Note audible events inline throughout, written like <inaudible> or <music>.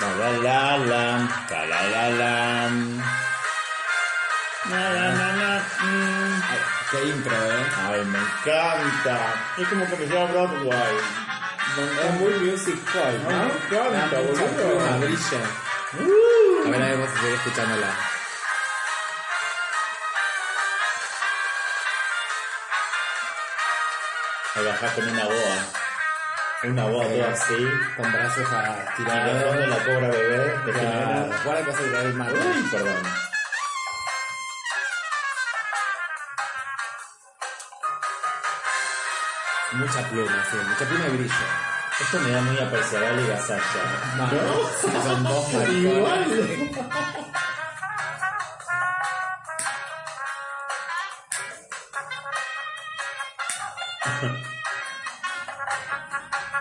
la la la, ta la la la. Na, na, na, na, mm. Ay, qué intro, ¿eh? Ay, me encanta. Es como que me lleva a Broadway. Es muy musical, ¿no? Ah, Ay, me encanta, La mucha boludo. pluma, brilla. Uh. A ver, a ver, vos seguís escuchándola. Me bajás con una boa. Una boa toda así. Con brazos a Y de fondo tirar. la cobra bebé. De general. Guarda que vas a tirar el mal. Uy, perdón. Mucha pluma, sí, mucha pluma y brillo. Esto me da muy a Percival y Gasalla. Vale. Sí, son dos maricones. Igual.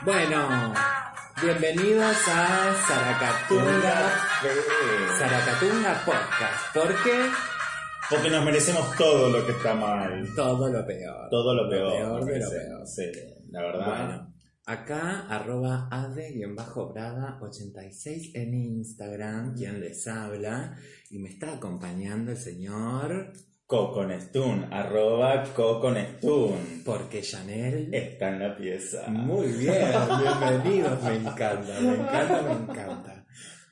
Bueno, bienvenidos a Zaracatunga, fe. Zaracatunga Podcast, porque Porque nos merecemos todo lo que está mal. todo lo peor. Todo lo peor. peor nos de lo merecemos, peor. Sí, la verdad. Bueno, acá arroba ade-brada86 en Instagram, quien les habla, y me está acompañando el señor, Coconestun, arroba Coconestun. porque Chanel... Está en la pieza. Muy bien, ah. <laughs> bienvenidos, me encanta, me encanta, me encanta.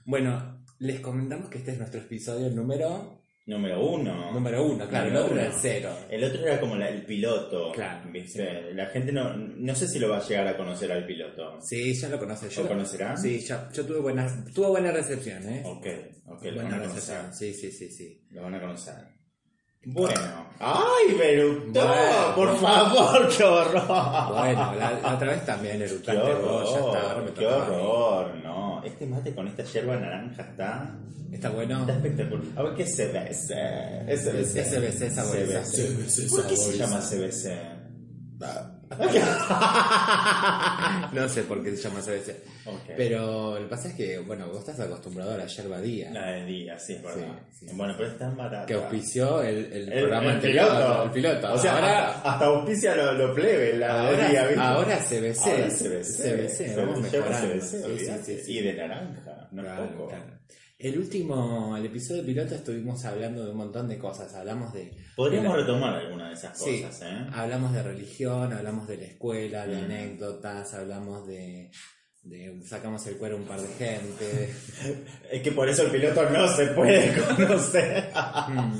Bueno, les comentamos que este es nuestro episodio número Número uno. número uno, claro, el Número otro era el uno. cero. El otro era como la- el piloto. Claro. ¿viste? La gente no, no sé si lo va a llegar a conocer al piloto. Sí, ya lo conoces. ¿Lo yo- conocerán? Sí, ya, yo tuve buenas, tuve buena recepción, ¿eh? Ok, ok, lo van buena a conocer. recepción, sí, sí, sí, sí. Lo van a conocer. Bueno. ¡Ay, Beructó! Bueno. ¡Por favor, qué horror! Bueno, la, la otra vez también ¡Qué eructaste vos, ya está, ahora me horror! ¡Qué tocaba a mí. horror! No, este mate con esta yerba naranja está... ¿Está bueno? Está espectacular. A ver, ¿qué es CBC? Es CBC. Es CBC saborizante. CBC. ¿Por qué se llama CBC? No sé por qué se llama CBC. Ok. Pero lo que pasa es que, bueno, vos estás acostumbrado a la yerba día. La de día, sí, es verdad. Sí, sí, bueno, pero es tan barata. que auspició el, el El, programa el anterior, piloto. el piloto. O sea, ahora, hasta, hasta auspicia lo, lo plebe, la de día, ¿viste? ahora, ahora CBC, Ahora CBC. CBC, vamos Se llama mejorando. CBC, Sí, sí, olvidate. sí, sí. Y de naranja, no Claro, es poco. claro. El último, el episodio piloto estuvimos hablando de un montón de cosas, hablamos de, Podríamos Mira. retomar alguna de esas Sí. cosas, ¿eh? hablamos de religión, hablamos de la escuela, de Mm. anécdotas, hablamos de, de- sacamos el cuero a un par de <laughs> gente. Es que por eso el piloto no se puede <laughs> conocer. Mm.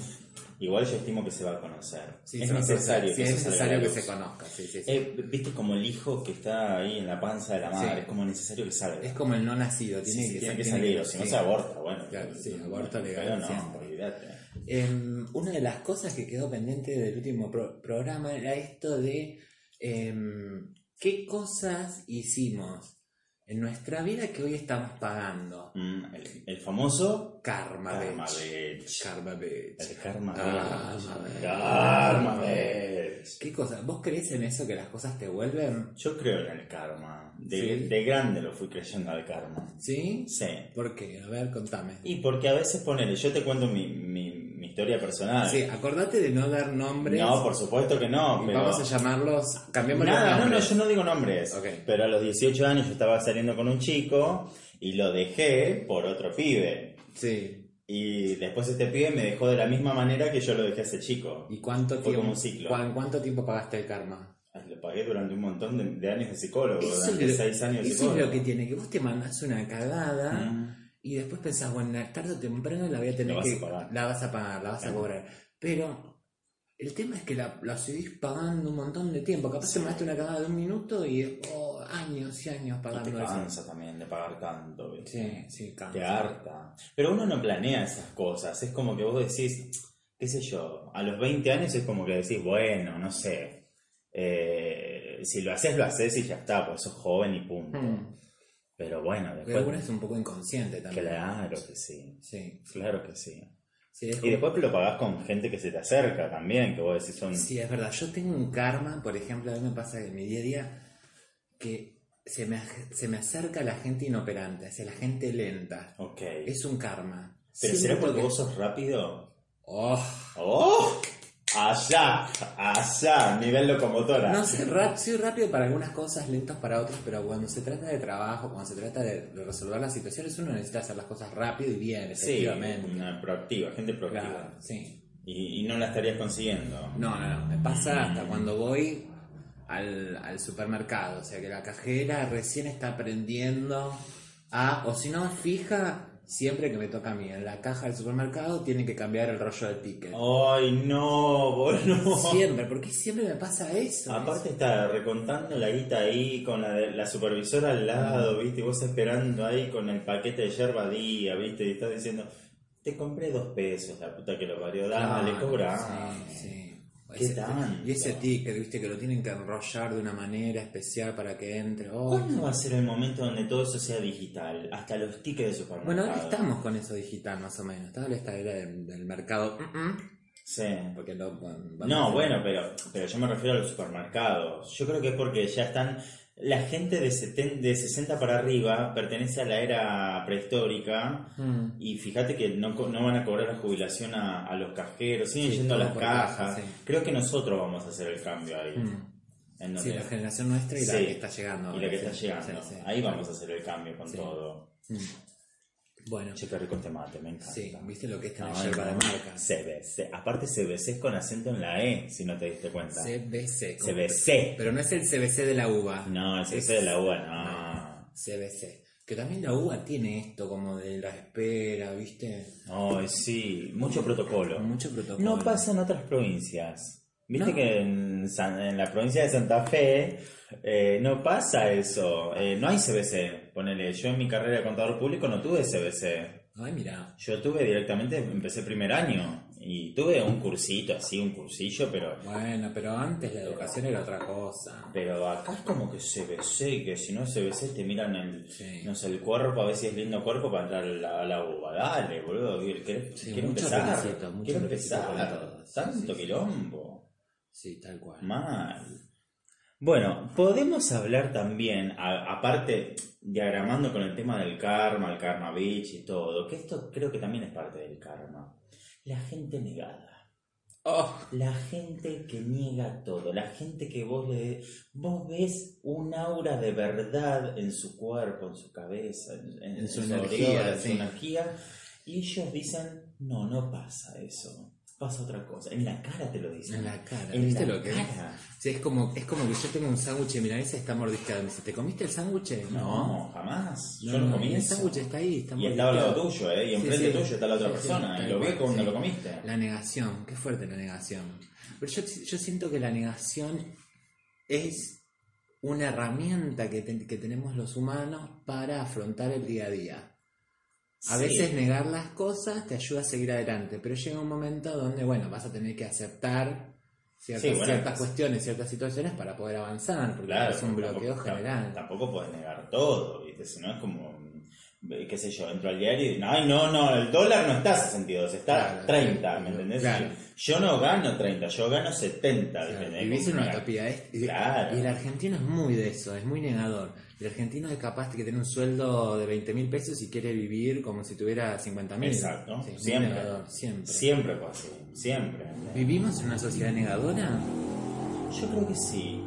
Igual yo estimo que se va a conocer. Sí, es se va a necesario conocer. Sí, que es se salga a la necesario que se luz. conozca, sí, sí, sí. Eh, Viste como el hijo que está ahí en la panza de la madre, Sí. es como necesario que salga. Es como el no nacido, Sí, tiene sí, que, tiene que tiene salir, o si no sí. se aborta, bueno. Claro, sí, no, aborto pero legal no, siempre. olvídate. Em, una de las cosas que quedó pendiente del último pro- programa era esto de em, qué cosas hicimos en nuestra vida que hoy estamos pagando. Mm, el, el famoso Karma, Karma bitch. Bitch. Karma bitch. El Karma Karma Ah, Bitch. Bitch. Karma Bitch. ¿Qué cosa? ¿Vos crees en eso que las cosas te vuelven? Yo creo en el karma. De, Sí. de grande lo fui creyendo al karma. ¿Sí? Sí. ¿Por qué? A ver, contame. Y porque a veces ponele, yo te cuento mi, mi, mi historia personal. Ah, Sí, acordate de no dar nombres. No, por supuesto que no, Y pero... Vamos a llamarlos. Cambiemos Nada, los no, no, nombres. yo no digo nombres. Ok. Pero a los 18 años yo estaba saliendo con un chico y lo dejé por otro pibe. Sí. Y después este pibe me dejó de la misma manera que yo lo dejé a ese chico. ¿Y cuánto Fue tiempo? como un ciclo. cuán- ¿Cuánto tiempo pagaste el karma? Lo pagué durante un montón de, de años de psicólogo, durante es lo- seis años de eso es psicólogo. lo que tiene, que vos te mandás una cagada Mm. y después pensás, bueno, tarde o temprano la voy a tener La vas que. a pagar. La vas a pagar, la vas a Claro. cobrar. Pero el tema es que la, la seguís pagando un montón de tiempo. Capaz Sí. te mandaste una cagada de un minuto y es- oh, años y años Y te pagando eso. cansa también de pagar tanto, ¿viste? Sí, sí, cansa. Te harta. Pero uno no planea esas cosas. Es como que vos decís, qué sé yo, a los 20 años es como que decís, bueno, no sé. eh, si lo haces, lo haces y ya está, pues sos joven y punto. Mm. Pero bueno, Pero alguna después. es un poco inconsciente también. Claro que sí. Sí. Claro que sí. sí es Y como- después lo pagás con gente que se te acerca también, que vos decís son. Sí, es verdad. Yo tengo un karma, por ejemplo, a mí me pasa que en mi día a día que se me, aj- se me acerca la gente inoperante, hacia la gente lenta. Ok. Es un karma. Pero Siempre será porque que- vos sos rápido. Oh, ¡Oh! Ah, allá, allá, nivel locomotora. No sé, rap, soy rápido para algunas cosas, lentos para otras, pero cuando se trata de trabajo, cuando se trata de, de resolver las situaciones, uno necesita hacer las cosas rápido y bien, Sí, efectivamente. una proactiva, gente proactiva. Claro, sí. Y, y no la estarías consiguiendo. No, no, no. Me pasa hasta cuando voy al, al supermercado. O sea que la cajera recién está aprendiendo a. O si no, fija siempre que me toca a mí. En la caja del supermercado tienen que cambiar el rollo de ticket. Oh. Ay, no, boludo. Siempre, porque siempre me pasa eso. Aparte está recontando la guita ahí con la, de- la supervisora al lado, Mm. viste, y vos esperando ahí con el paquete de yerba día, viste, y estás diciendo, te compré dos pesos, la puta que lo parió, dale, Claro, Ah, cobra. Ah, sí, sí. ¿Qué Ese- tanto? Y ese ticket, viste, que lo tienen que enrollar de una manera especial para que entre. Oh, ¿Cuándo va a ser el momento donde todo eso sea digital? Hasta los tickets de Bueno, supermercado. ahora estamos con eso digital más o menos. Toda esta era del, del mercado. mm, mm, Sí. Porque lo- vamos a- No, bueno, pero, pero yo me refiero a los supermercados. Yo creo que es porque ya están... La gente de, 70 de 60 para arriba pertenece a la era prehistórica. Mm. Y fíjate que no, co- no van a cobrar la jubilación a, a los cajeros, siguen Sí, yendo a todo las por caja, cajas. sí. Creo que nosotros vamos a hacer el cambio ahí. Mm. En Sí, donde- la generación nuestra y la Sí. que está llegando. y la que Sí, está llegando. sí, sí. ahí vamos a hacer el cambio con Sí. todo. Mm. Bueno, Che, qué rico este mate, me encanta. sí, viste lo que es tener Ay, yerba de no. marca. CBC. Aparte CBC es con acento en la E, si no te diste cuenta. CBC. como- CBC. Pero no es el CBC de la uva. No, el CBC de la U, no. CBC. Que también la uva tiene esto como de la espera, ¿viste? Ay, sí, mucho protocolo. Con mucho protocolo. No pasa en otras provincias. Viste No. que en, San- en la provincia de Santa Fe eh, no pasa eso. Eh, no hay CBC. Ponele, yo en mi carrera de contador público no tuve CBC. Ay, mira. Yo tuve directamente, empecé primer año y tuve un cursito así, un cursillo, pero Bueno, pero antes la educación era otra cosa. pero acá es como que CBC, que si no es CBC te miran el, Sí. no sé, el cuerpo, a ver si es lindo cuerpo para entrar a la, a la uva. Dale, boludo, quiero, quiero- Sí, quiero mucho empezar. requisito, mucho quiero requisito empezar. para todo. Sí, Tanto sí, sí. quilombo. Sí, tal cual. Mal. Bueno, podemos hablar también, a- aparte, diagramando con el tema del karma, el karma bitch y todo, que esto creo que también es parte del karma. La gente negada. Oh, La gente que niega todo, la gente que vos le vos ves un aura de verdad en su cuerpo, en su cabeza, en, en- En su aureola, energía, en su sí. energía, y ellos dicen, no, no pasa eso, pasa otra cosa. En la cara te lo dicen. en la cara. En ¿Viste la lo que es? cara. Sí, es como, es como que yo tengo un sándwich de milanesa y está mordisqueado. Me dice, ¿te comiste el sándwich? No, jamás. No, Yo lo no, comí. El eso. sándwich está ahí, está Y estaba al lado mordisqueado. tuyo, ¿eh? Y Sí, enfrente sí. tuyo está la otra Sí, sí, persona. tal y lo vi cual, cuando sí. lo comiste. La negación, qué fuerte la negación. Pero yo, yo siento que la negación es una herramienta que, ten- que tenemos los humanos para afrontar el día a día. A Sí. veces negar las cosas te ayuda a seguir adelante, pero llega un momento donde, bueno, vas a tener que aceptar ciertas, Sí, bueno, ciertas es- cuestiones, ciertas situaciones para poder avanzar, porque Claro, es un tampoco- bloqueo tam- general. Tampoco puedes negar todo, ¿viste? Si no es como, eh, qué sé yo, entro al diario y digo, ay, no, no, el dólar no está a 62, está Claro, a 30, ¿me claro, entendés? claro. Yo no gano 30, yo gano 70, Claro, ¿entendés? vivís en Como una una- utopía. es- y- Claro. Y el argentino es muy de eso, es muy negador. El argentino es capaz de que tiene un sueldo de 20 mil pesos y quiere vivir como si tuviera 50 mil. Exacto, es muy siempre. negador, siempre. Siempre fue así, siempre. ¿Vivimos en una sociedad negadora? Yo creo que sí.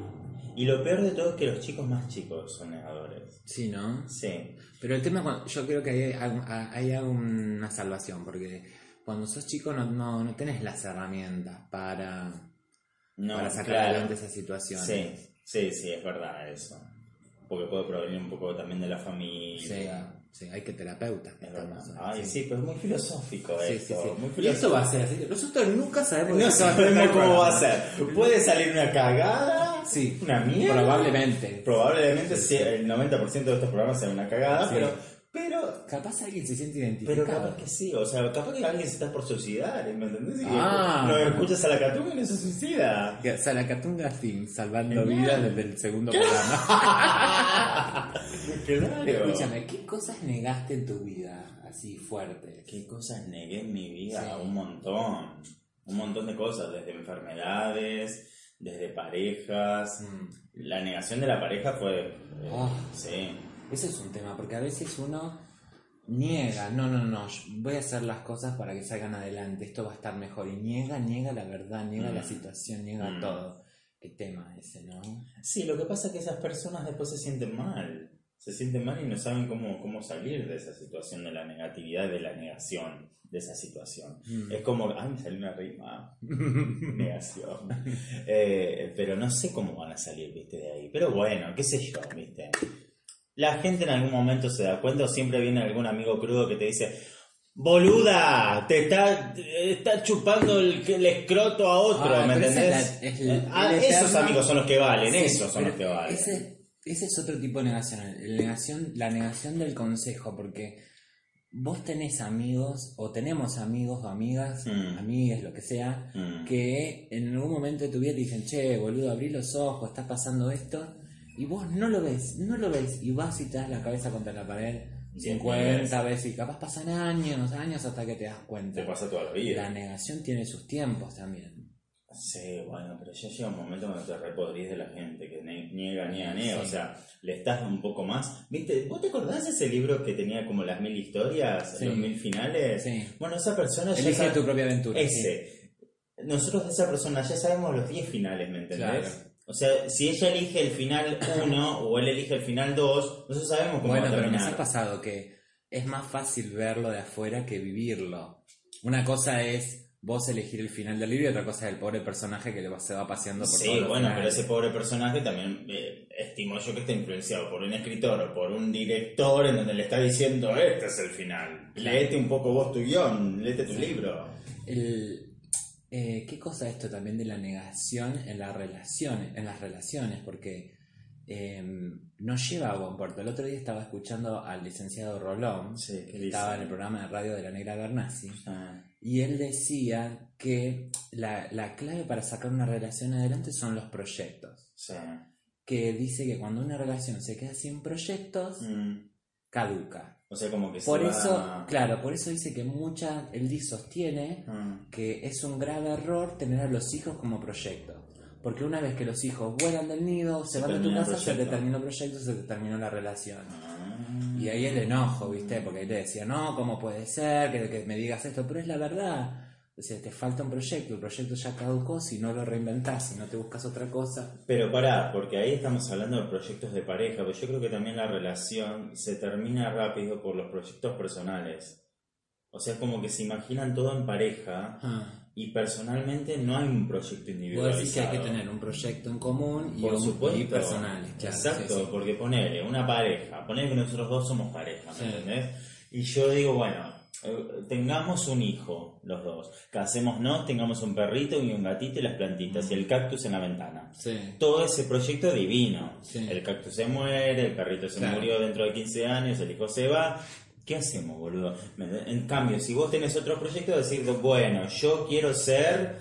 Y lo peor de todo es que los chicos más chicos son negadores. Sí, ¿no? Sí. Pero el tema, cuan- yo creo que hay, algo- a- hay algo- una salvación, porque cuando sos chico no, no, no tenés las herramientas para, No, para sacar claro. adelante esa situación. Sí, sí, sí, es verdad eso. Porque puede provenir un poco también de la Sí, familia. sí, hay que terapeutas. que Es estamos, verdad. Ay, sí, pero es muy filosófico Sí, sí, esto. Muy sí. Y filosófico. esto va a ser así. Nosotros nunca sabemos, <laughs> No qué va a ser sabemos el cómo va a programa. <laughs> ser. Puede salir una cagada, Sí. una mierda. Probablemente. Probablemente Sí, sí, el 90% de estos programas sean una cagada, Sí. pero, pero, Capaz alguien se siente pero identificado. capaz que sí. O sea, capaz que alguien se está por suicidar, ¿me entendés? Y que Ah. lo escuchas a la catunga y no se suicida. Que Salacatunga Team, salvando Genial. vidas desde el <laughs> segundo programa. Claro. Escúchame, ¿qué cosas negaste en tu vida así fuerte? ¿Qué cosas negué en mi vida? Sí. Un montón. Un montón de cosas, desde enfermedades, desde parejas. Mm. La negación de la pareja fue... eh, Ah. Sí. Eso es un tema, porque a veces uno niega, no, no, no, yo voy a hacer las cosas para que salgan adelante, esto va a estar mejor. Y niega, niega la verdad, niega Mm. la situación, niega Mm. todo. Qué tema ese, ¿no? Sí, lo que pasa es que esas personas después se sienten mal. Se sienten mal y no saben cómo, cómo salir de esa situación, de la negatividad, de la negación de esa situación. Mm. Mm. Es como, ay, me salió una <laughs> rima, negación. Eh, pero no sé cómo van a salir, viste, de ahí. Pero bueno, qué sé yo, viste. La gente en algún momento se da cuenta o siempre viene algún amigo crudo que te dice, boluda, te está, te está chupando el, el escroto a otro, Ah, ¿me pero esa entendés? es la- es Ah, el esos eterno- amigos son los que valen, Sí, esos son pero los que valen. Ese, ese es otro tipo de negación, el negación, la negación del consejo, porque vos tenés amigos, o tenemos amigos o amigas, Mm. amigas, lo que sea, Mm. que en algún momento de tu vida te dicen, che, boludo, abrí los ojos, está pasando esto, y vos no lo ves, no lo ves, y vas y te das la cabeza contra la pared Diez 50 veces, y capaz pasan años, años hasta que te das cuenta. Te pasa toda la La vida. negación tiene sus tiempos también. Sí, bueno, pero ya llega un momento cuando te repodrís de la gente que ne- niega, niega, niega. O Sí. sea, le estás un poco más. ¿Viste? ¿Vos te acordás de ese libro que tenía como las mil historias, Sí. los mil finales? Sí. Bueno, esa persona ya Elige sabe- tu propia aventura. sí. Ese. Nosotros de esa persona ya sabemos los 10 finales, ¿me entendés? Claro. O sea, si ella elige el final 1 o él elige el final 2, nosotros sabemos cómo Bueno, va a pero nos terminar. ha pasado que es más fácil verlo de afuera que vivirlo. Una cosa es vos elegir el final del libro y otra cosa es el pobre personaje que le va- se va paseando por todos Sí, los bueno, pero finales. ese pobre personaje también eh, estimo yo que está influenciado por un escritor o por un director en donde le está diciendo este es el final. Leete un poco vos tu guión, leete tu libro. El- eh, ¿Qué cosa esto también de la negación en, la relación, en las relaciones? Porque eh, nos lleva a buen puerto. El otro día estaba escuchando al licenciado Rolón, Sí, que estaba en el programa de radio de la Negra Bernasi. Ah, Y él decía que la, la clave para sacar una relación adelante son los proyectos. sí. Que dice que cuando una relación se queda sin proyectos, Mm. caduca. O sea, como que se Por va- eso, claro, por eso dice que mucha, él di- sostiene Ah, que es un grave error tener a los hijos como proyecto. Porque una vez que los hijos vuelan del nido, se, Se van de tu termina el casa, se te proyecto. terminó el proyecto, se te terminó la relación. ah. Y ahí el enojo, ¿viste? Porque él le decía, no, ¿cómo puede ser que, que me digas esto? Pero es la verdad. O sea, te falta un proyecto, el proyecto ya caducó, si no lo reinventás, si no te buscas otra cosa. Pero pará, porque ahí estamos hablando de proyectos de pareja, pero yo creo que también la relación se termina rápido por los proyectos personales. O sea, como que se imaginan todo en pareja y personalmente no hay un proyecto Vos individualizado. decís que hay que tener un proyecto en común y, por un- supuesto. y personales, claro, sí, Exacto, sí. porque ponele una pareja, ponele que nosotros dos somos pareja, ¿me Sí. entendés? Y yo digo, bueno, eh, tengamos un hijo, los dos, casémonos, tengamos un perrito y un gatito y las plantitas y el cactus en la ventana Sí. todo ese proyecto divino. Sí. El cactus se muere, el perrito se Claro. murió dentro de 15 años, el hijo se va. ¿Qué hacemos, boludo? Me- En cambio, si vos tenés otro proyecto, decir, bueno, yo quiero ser,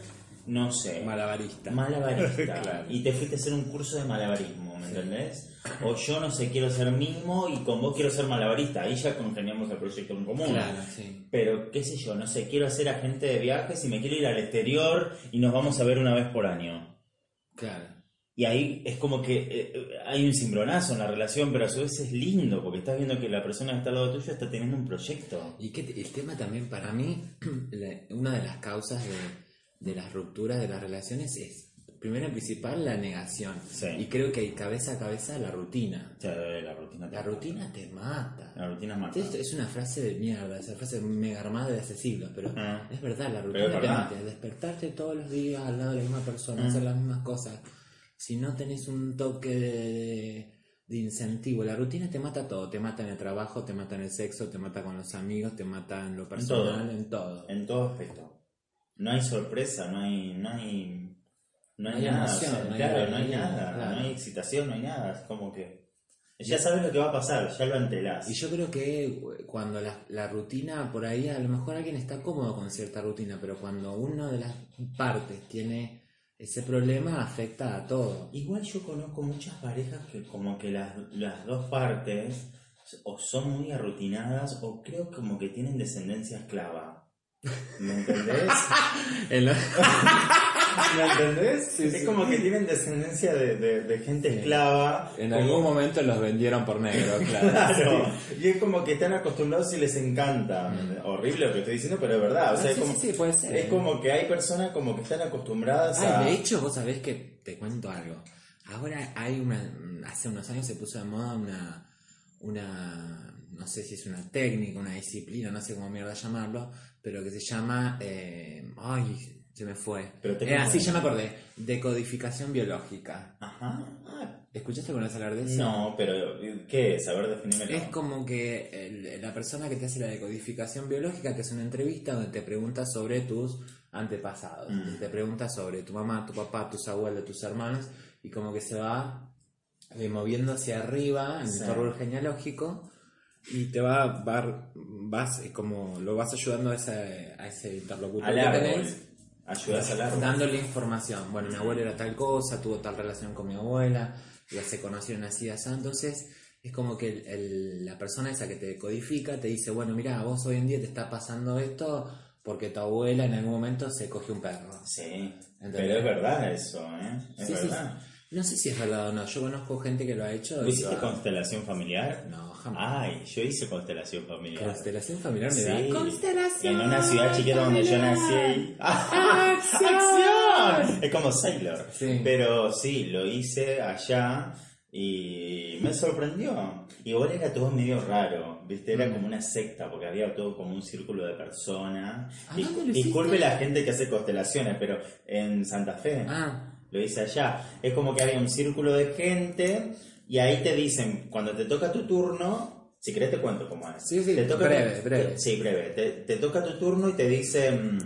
no sé, Malabarista. malabarista. <laughs> Claro. Y te fuiste a hacer un curso de malabarismo, ¿me entendés? O yo, no sé, quiero ser mismo y con vos quiero ser malabarista. Ahí ya congeniamos el proyecto en común. Claro, sí. Pero qué sé yo, no sé, quiero ser agente de viajes y me quiero ir al exterior y nos vamos a ver una vez por año. Claro. Y ahí es como que eh, hay un cimbronazo en la relación, pero a su vez es lindo, porque estás viendo que la persona que está al lado tuyo está teniendo un proyecto. Y que el tema también para mí, <clears throat> la- una de las causas de, de las rupturas de las relaciones es, primero y principal, la negación. Sí. Y creo que hay cabeza a cabeza la rutina. O sea, la rutina. te- La rutina te mata. La rutina mata. Esto es una frase de mierda, esa frase mega armada de hace siglos, pero Ah. es verdad, la Pero rutina es te verdad. mata. Despertarte todos los días al lado de la misma persona, Ah. hacer las mismas cosas. Si no tenés un toque de, de- de incentivo, la rutina te mata todo. Te mata en el trabajo, te mata en el sexo, te mata con los amigos, te mata en lo personal, en todo. En todo aspecto. No hay sorpresa, no hay. No hay, no hay No hay nada. emoción, o sea, no hay claro, no hay adrenalina, nada. claro. No hay excitación, no hay nada. Es como que. Ya sabes lo que va a pasar, ya lo antelás. Y yo creo que eh, cuando la, la rutina, por ahí a lo mejor alguien está cómodo con cierta rutina, pero cuando una de las partes tiene ese problema, afecta a todo. Igual yo conozco muchas parejas que como que las, las dos partes o son muy arrutinadas o creo como que <laughs> tienen descendencia esclava. ¿Me entendés? El- ¿Me entendés? Sí, es sí. como que tienen descendencia de, de- de gente esclava. En como- algún momento los vendieron por negro, claro. <laughs> Claro, y es como que están acostumbrados y les encanta. Horrible lo que estoy diciendo, pero es verdad. O sea, No, <laughs> es, Mm. Ah, sí, como, sí, sí, puede ser. es como que hay personas como que están acostumbradas Ay, a. de hecho, vos sabés que te cuento algo. Ahora hay una. Hace unos años se puso de moda una. Una. No sé si es una técnica, una disciplina, no sé cómo mierda llamarlo, pero que se llama. eh, ay, se me fue. Pero te Eh, así confundes. ya me acordé. Decodificación biológica. Ajá. Ah, ¿Escuchaste alguna vez hablar de eso? No, pero ¿qué es? A ver, definímelo. Es como que el- la persona que te hace la decodificación biológica, que es una entrevista donde te pregunta sobre tus antepasados, Mm. te pregunta sobre tu mamá, tu papá, tus abuelos, tus hermanos, y como que se va eh, moviendo hacia arriba en Sí. el árbol genealógico y te va, va- vas eh, como lo vas ayudando a ese, a ese interlocutor Al que árbol. tenés, Ayudas al árbol. dándole información. Bueno, mi abuelo era tal cosa, tuvo tal relación con mi abuela, ya se conocieron así, así. Entonces, es como que el- el- la persona esa que te codifica te dice, bueno, mira, vos hoy en día te está pasando esto porque tu abuela en algún momento se cogió un perro. Sí. ¿Entendés? Pero es verdad eso, ¿eh? Es Sí, sí, verdad. No sé si es verdad o no, yo conozco gente que lo ha hecho. ¿Vos y ¿Hiciste va- constelación familiar? No, jamás. Ay, yo hice constelación familiar. Constelación familiar me Sí. da- En una ciudad chiquita donde yo nací. <laughs> ¡Ah! ¡Acción! Es como Sailor. Sí. Pero sí, lo hice allá y me sorprendió. Igual era todo medio raro, ¿viste? Era Mm. como una secta porque había todo como un círculo de personas. ¿A Y- Ah, dónde lo Disculpe hiciste? la gente que hace constelaciones, pero en Santa Fe. Ah, Lo hice allá. Es como que había un círculo de gente y ahí te dicen, cuando te toca tu turno, si querés te cuento cómo es. Sí, sí, Te breve, breve. Sí, breve. Te, te toca tu turno y te dicen,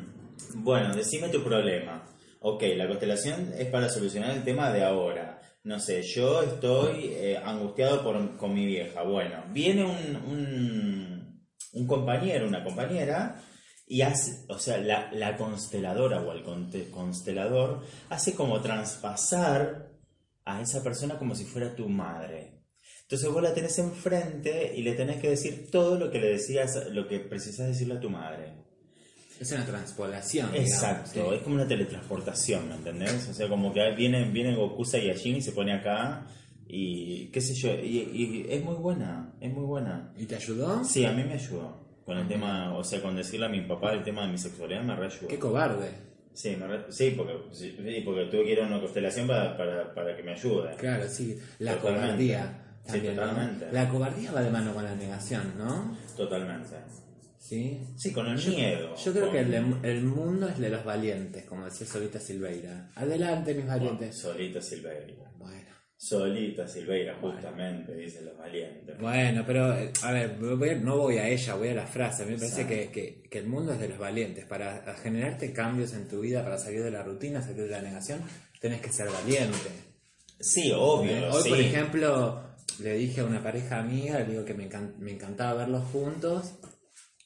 bueno, decime tu problema. Ok, la constelación es para solucionar el tema de ahora. No sé, yo estoy eh, angustiado por, con mi vieja. Bueno, viene un, un, un compañero, una compañera, y hace, o sea, la, la consteladora o el conte- constelador hace como traspasar a esa persona como si fuera tu madre. Entonces vos la tenés enfrente y le tenés que decir todo lo que le decías, lo que precisas decirle a tu madre. es una transpolación. digamos, Exacto, sí. es como una teletransportación, ¿me entendés? O sea, como que viene, viene Goku Saiyajin y se pone acá y qué sé yo, y, y es muy buena, es muy buena. ¿Y te ayudó? Sí, a mí me ayudó con el tema, o sea, con decirle a mi papá el tema de mi sexualidad me reayudó. Qué cobarde. Sí, me re- sí, porque, sí, sí, porque tuve que ir a una constelación para, para, para que me ayude. Claro, sí, la Totalmente. cobardía. Sí, También, ¿no? totalmente. La cobardía va de mano con la negación, ¿no? Totalmente. Sí. Sí, con el miedo. Yo creo con- que el, el mundo es de los valientes, como decía Solita Silveira. Adelante, mis valientes. Solita Silveira. Bueno, Solita Silveira, justamente, dicen los valientes. bueno pero eh, a ver, voy a- no voy a ella, voy a la frase. A mí me parece Exacto. que, que- que el mundo es de los valientes. Para generarte cambios en tu vida, para salir de la rutina, salir de la negación, tenés que ser valiente. Sí, obvio, Eh, Hoy, sí. por ejemplo, le dije a una pareja amiga, le digo que me, encan- me encantaba verlos juntos,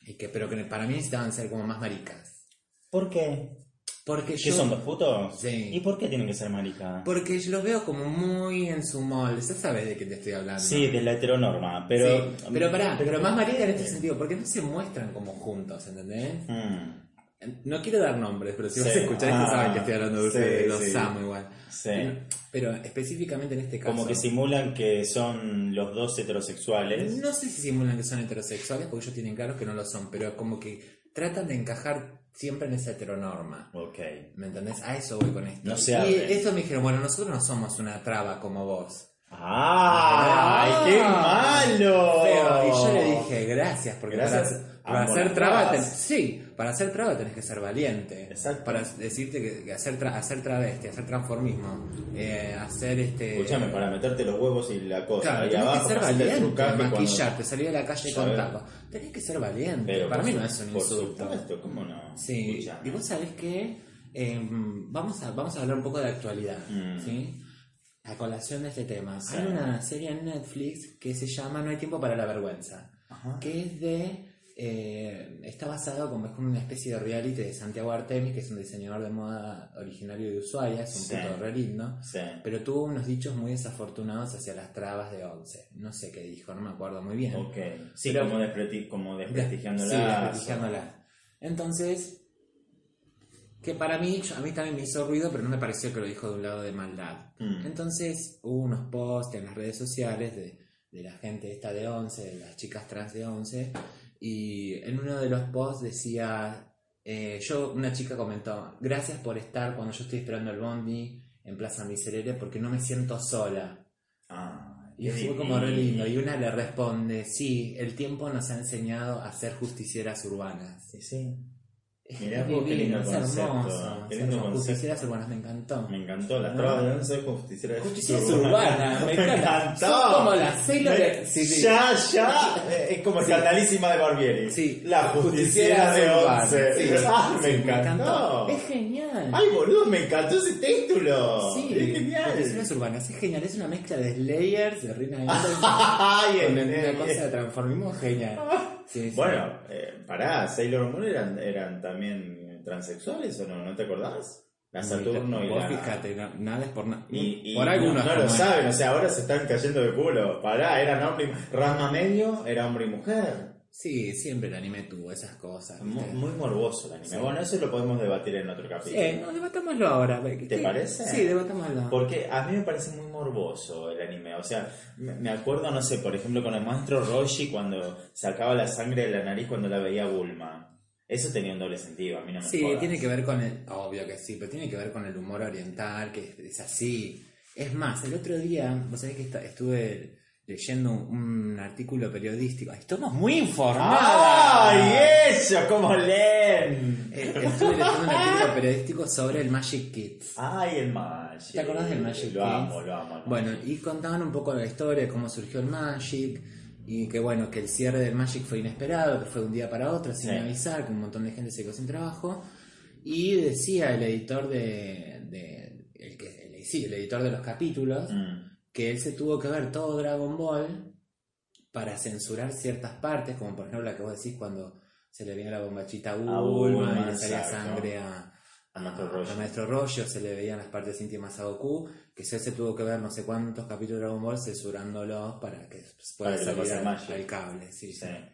y que, pero que para mí necesitaban ser como más maricas. ¿Por qué? Porque ¿Que yo, son dos putos? Sí. ¿Y por qué tienen que ser marica? porque yo los veo como muy en su molde, ya sabes de qué te estoy hablando. Sí, de la heteronorma, Sí, pero... pero pará, pero más maricas en este sentido, porque no se muestran como juntos, ¿entendés? Mm, No quiero dar nombres, pero si vas Sí. a escuchar Ah, esto saben que estoy hablando de sí, ustedes, los sí. amo igual. sí. Pero específicamente en este caso... Como que simulan que son los dos heterosexuales. No sé si simulan que son heterosexuales, porque ellos tienen claros que no lo son, pero como que tratan de encajar siempre en esa heteronorma. Ok. ¿Me entendés? A eso voy con esto. No se y abren. eso me dijeron, bueno, nosotros no somos una traba como vos. ¡Ay, qué Ah. malo! Pero, y yo le dije, gracias, porque Oh. Gracias. para, para Ambos hacer traba, trabas. ten- sí, para hacer traba tenés que ser valiente. Exacto. Para decirte que, que hacer, tra- hacer travesti, hacer transformismo, eh, hacer este... Escúchame, para meterte los huevos y la cosa Claro, Pues, ahí tenés abajo, que ser hacerte el valiente, trucaje cuando- maquillarte, salir a la calle Ya con ves. taco. Tenés que ser valiente. Pero Para por mí no su- es un por insulto. supuesto, ¿cómo no? Sí. Escúchame. Y vos sabés que em, vamos, a, vamos a hablar un poco de actualidad. Mm. ¿sí? A colación de este tema. Sí. Hay una serie en Netflix que se llama No hay tiempo para la vergüenza. Ajá. Que es de. eh, está basado como es como una especie de reality de Santiago Artemis, que es un diseñador de moda originario de Ushuaia, es un Sí. puto re lindo. Sí. Pero tuvo unos dichos muy desafortunados hacia las trabas de Once. No sé qué dijo, no me acuerdo muy bien. Ok. Sí, Pero- como, despreti- como Des- desprestigiándola. Sí, desprestigiándola. Entonces, Que para mí, yo- a mí también me hizo ruido, pero no me pareció que lo dijo de un lado de maldad. Mm. Entonces hubo unos posts en las redes sociales de, de la gente esta de 11, de las chicas trans de 11, y en uno de los posts decía, eh, yo, una chica comentó, gracias por estar cuando yo estoy esperando el bondi en Plaza Miserere porque no me siento sola. Ah, Y fue como re lindo. Y una le responde, sí, el tiempo nos ha enseñado a ser justicieras urbanas. Sí, sí. Es Mirá vos, qué lindo divino, es concepto, hermoso. qué ser lindo como justicieras concepto. urbanas, me encantó. Me encantó la No. traba de once justiciera Justicieras <laughs> urbanas, me encanta. encantó. Son como la Sailor de- Me- sí, sí. Ya, ya. Eh, Es como escandalísima de Barbieri. Sí. La justiciera Justicieras de urbanas, once. sí. <laughs> Ah, Sí, me encantó. Es genial. Ay, boludo, me encantó ese título. sí, Ah, es genial. Justicieras urbanas, es genial. Es una mezcla de Slayers, de Rina Ah, Ay, <laughs> con en- una en- cosa de transformismo genial. Sí, sí. Ah. Bueno, eh, pará, Sailor Moon eran, eran también transexuales o no, ¿no te acordás? La Saturno y Vos la... fíjate, no- nada es por nada. Y, y Por no- algunos. no, lo como es. saben, o sea, ahora se están cayendo de culo. Pará, eran hombre y mu- Ranma medio era hombre y mujer. Sí, siempre el anime tuvo esas cosas. Mu- ¿viste? Muy, morboso el anime. Sí. Bueno, eso lo podemos debatir en otro Sí, capítulo. no, debatámoslo ahora. ¿Te parece? Sí, debatámoslo. Porque a mí me parece muy morboso el anime. O sea, me me acuerdo, no sé, por ejemplo, con el maestro Roshi cuando sacaba la sangre de la nariz cuando la veía Bulma. Eso tenía un doble sentido, a mí no me Sí, jodas. tiene que ver con el. Obvio que sí, pero tiene que ver con el humor oriental, que es, es así. Es más, el otro día, vos sabés que esta- estuve leyendo un, un artículo periodístico. Ay, Estamos muy informados. ¡Ay, eh. eso! ¿Cómo leen? Eh, Estuve leyendo un artículo periodístico sobre el Magic Kids. ¡Ay, el Magic! ¿Te acordás del Magic Lo amo, Kids? lo amo. el Bueno, Magic. y contaban un poco la historia de cómo surgió el Magic y que bueno, que el cierre del Magic fue inesperado, que fue de un día para otro, sin Sí. avisar, que un montón de gente se quedó sin trabajo. Y decía el editor de, de- el que el- sí, el editor de los capítulos Mm. que él se tuvo que ver todo Dragon Ball para censurar ciertas partes, como por ejemplo la que vos decís cuando se le viene la bombachita a Bulma, Ah, Bulma, y le salía exacto. sangre a, A Maestro Roshi. a Maestro Roshi, o se le veían las partes íntimas a Goku, que eso se tuvo que ver no sé cuántos capítulos de Dragon Ball censurándolos para que pueda Para que lo salir pase al, Magic. al cable. sí, sí. Sí.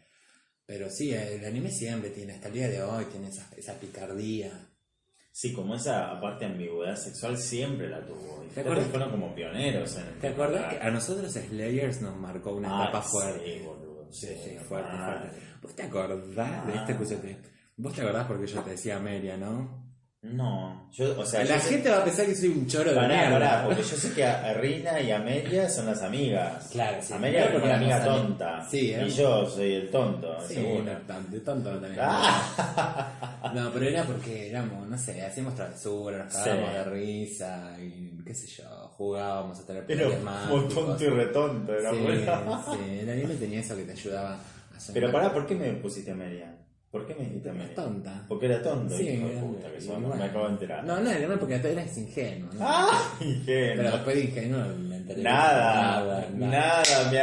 Pero sí, el anime siempre tiene, hasta el día de hoy, tiene esa, esa picardía. Sí, como esa parte de ambigüedad sexual siempre la tuvo. Y ¿Te fíjate acordás? que fueron como pioneros en el ¿Te acuerdas que a nosotros Slayers nos marcó una etapa Ah, sí, fuerte? boludo, Sí, sí, normal. fuerte, fuerte. ¿Vos te acordás de esto? Escúchate. ¿Vos te acordás porque yo te decía Amelia, no? No, yo, o sea, La yo sé- gente va a pensar que soy un choro de Pará, mierda. pará, porque yo sé que a a Rina y Amelia son las amigas. Claro, sí. Amelia Claro, es una porque amiga éramos ami- tonta. Sí, y éramos- yo soy el tonto, Sí, <laughs> seguro. no, tan- de tanto no tenés. Ah. No, pero era porque éramos, no sé, hacíamos travesuras, nos Sí. cagábamos de risa y qué sé yo, jugábamos a tener <laughs> Pero poderes muy tonto y mágicos. retonto, era Sí, bueno. sí, el anime tenía eso que te ayudaba a soñar. Pero pará, ¿por qué me pusiste Amelia? ¿Por qué me dijiste Amelia? tonta. Porque era tonto, Sí, hijo de era- puta, que y somos, bueno. me acabo de enterar. <laughs> No, no, era porque tú eras ingenuo. ¿no? ¡Ah! Ingenuo. Pero después de ingenuo me enteré. Nada, nada, mi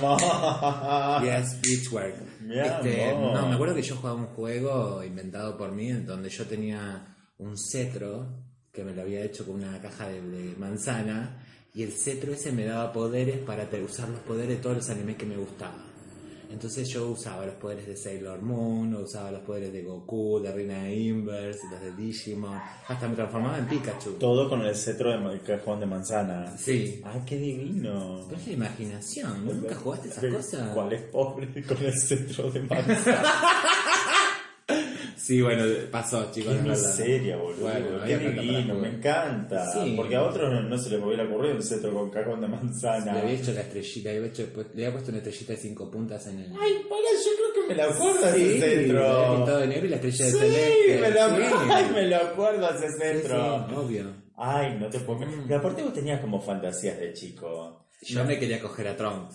amor. <laughs> Yes, bitch work. Mi Este, amor. no, me acuerdo que yo jugaba un juego inventado por mí en donde yo tenía un cetro que me lo había hecho con una caja de, de manzana y el cetro ese me daba poderes para te- usar los poderes de todos los animes que me gustaban. Entonces yo usaba los poderes de Sailor Moon, usaba los poderes de Goku, de Reina Inverse, los de Digimon, hasta me transformaba en Pikachu. Todo con el cetro de ma- cajón de manzana. Sí. ¡Ah, qué divino! Pero es la imaginación, ¿vos nunca jugaste esas cosas? ¿Cuál es pobre <laughs> con el cetro de manzana? Sí, bueno, pasó, chicos. <laughs> ¡Qué es verdad. miseria, boludo! Bueno, ¡Qué había tanta divino! para ¡Me jugar. encanta! Sí. Porque a otros no, no se les hubiera ocurrido un cetro con cajón de manzana. Le había hecho la estrellita, le había, hecho- le había puesto una estrellita de cinco puntas en el. ¡Ay, para! Yo creo que me la acuerdo ese le había cetro. pintado de negro y la estrella de Sí, celeste. me lo, sí. <laughs> ay, me lo acuerdo ese centro. Sí, sí, obvio. Ay, no te puedo creer. Mm. Pero aparte vos tenías como fantasías de chico. Yo me quería coger a Tron.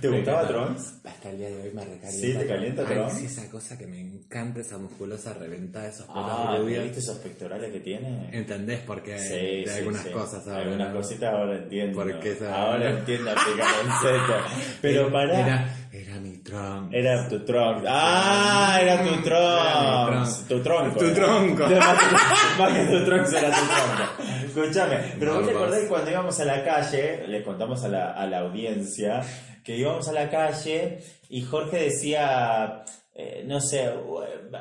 ¿Te Me gustaba encantaba. Trons? Hasta el día de hoy me recalienta. Sí, te calienta Ay, Tron. sí, esa cosa que me encanta, esa musculosa reventada, esos pelos Ah, rubios. ¿viste esos pectorales que tiene? ¿Entendés por qué Sí, Eh, de sí, algunas sí. cosas ahora? Algunas no? cositas ahora entiendo. Porque esa- Ahora entiendo <laughs> picaronceta. Pero pará. Eh, Era, Era, era mi Tron. tu tronco. Ah, era tu Era mi tronco. Trunks. Tu tronco. Tu era. tronco. Más que- más que tu tronco era tu tronco. Escúchame, pero vos te Barbas. acordás que cuando íbamos a la calle, les contamos a la, a la audiencia, que íbamos a la calle y Jorge decía, eh, no sé,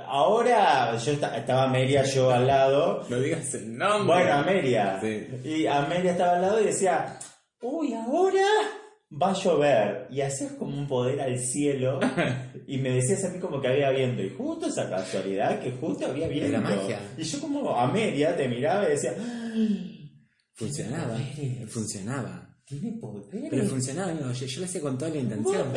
ahora yo esta- estaba Amelia yo al lado. No digas el nombre. Bueno, Amelia. Sí. Y Amelia estaba al lado y decía, uy, ahora va a llover. Y hacías como un poder <laughs> al cielo y me decías a mí como que había viento. Y justo esa casualidad que justo había viento. Era magia. Y yo como Amelia te miraba y decía, "Ah, "Ay, Funcionaba. Poderes. Funcionaba. tiene poder. Pero funcionaba, amigo. Yo, yo lo hacía con toda la intención.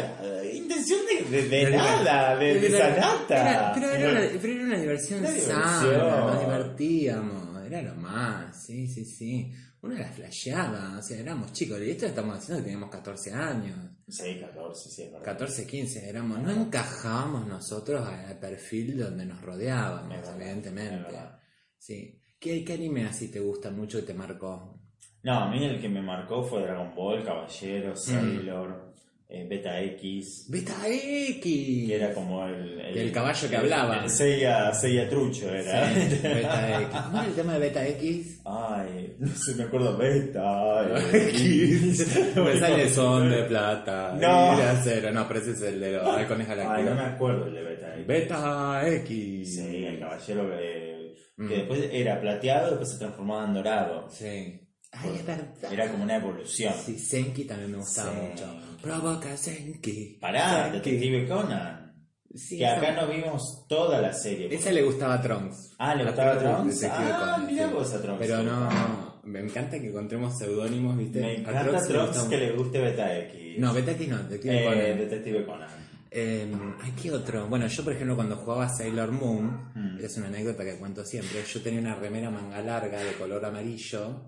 Intención de, de- de Pero era- nada, de, de pero era- sanata. era- Pero era una, pero era una diversión Una sana, diversión. nos divertíamos, era lo más, sí, sí, sí. Uno la flasheaba, o sea, éramos chicos, y esto estamos haciendo que teníamos 14 años, Sí, 14, sí, es verdad. 14, 15, éramos, no encajábamos nosotros al perfil donde nos rodeábamos, Es verdad, es evidentemente. verdad. Sí. ¿Qué, ¿Qué anime así te gusta mucho y te marcó? No, a mí el que me marcó fue Dragon Ball, Caballero, Mm. Sailor, eh, Beta X, ¡Beta X! que era como el... Del caballo que hablaba. el Seiya, Seiya Trucho era. ¿eh? Sí, Beta X. ¿Cómo era el tema de Beta X? Ay, no se me acuerdo, Beta <laughs> Me sale son de plata. No. Y de acero. No, pero ese es el de los halcones Ay, no me galácticos. acuerdo el de Beta X. Beta X. Sí, el caballero que, que Mm. después era plateado, después se transformaba en dorado. Sí. Ay, es verdad. Era como una evolución. Sí, Senki también me gustaba Senki. mucho. Provoca Senki. Pará, Senki. Detective Conan. Sí, que esa- acá no vimos toda la serie. Esa le gustaba a Trunks. Ah, le A gustaba Trunks, Trunks. Detective Ah, Conan, mira sí. vos a Trunks. Pero no, me encanta que encontremos seudónimos, ¿viste? Me a encanta Trunks, Trunks, le gusta que mucho. le guste Beta X. No, Beta X no, Detective Eh, Conan. Detective Conan. Eh, ay, ¿qué otro? Bueno, yo por ejemplo cuando jugaba Sailor Moon, Mm. esa es una anécdota que cuento siempre, yo tenía una remera manga larga de color amarillo,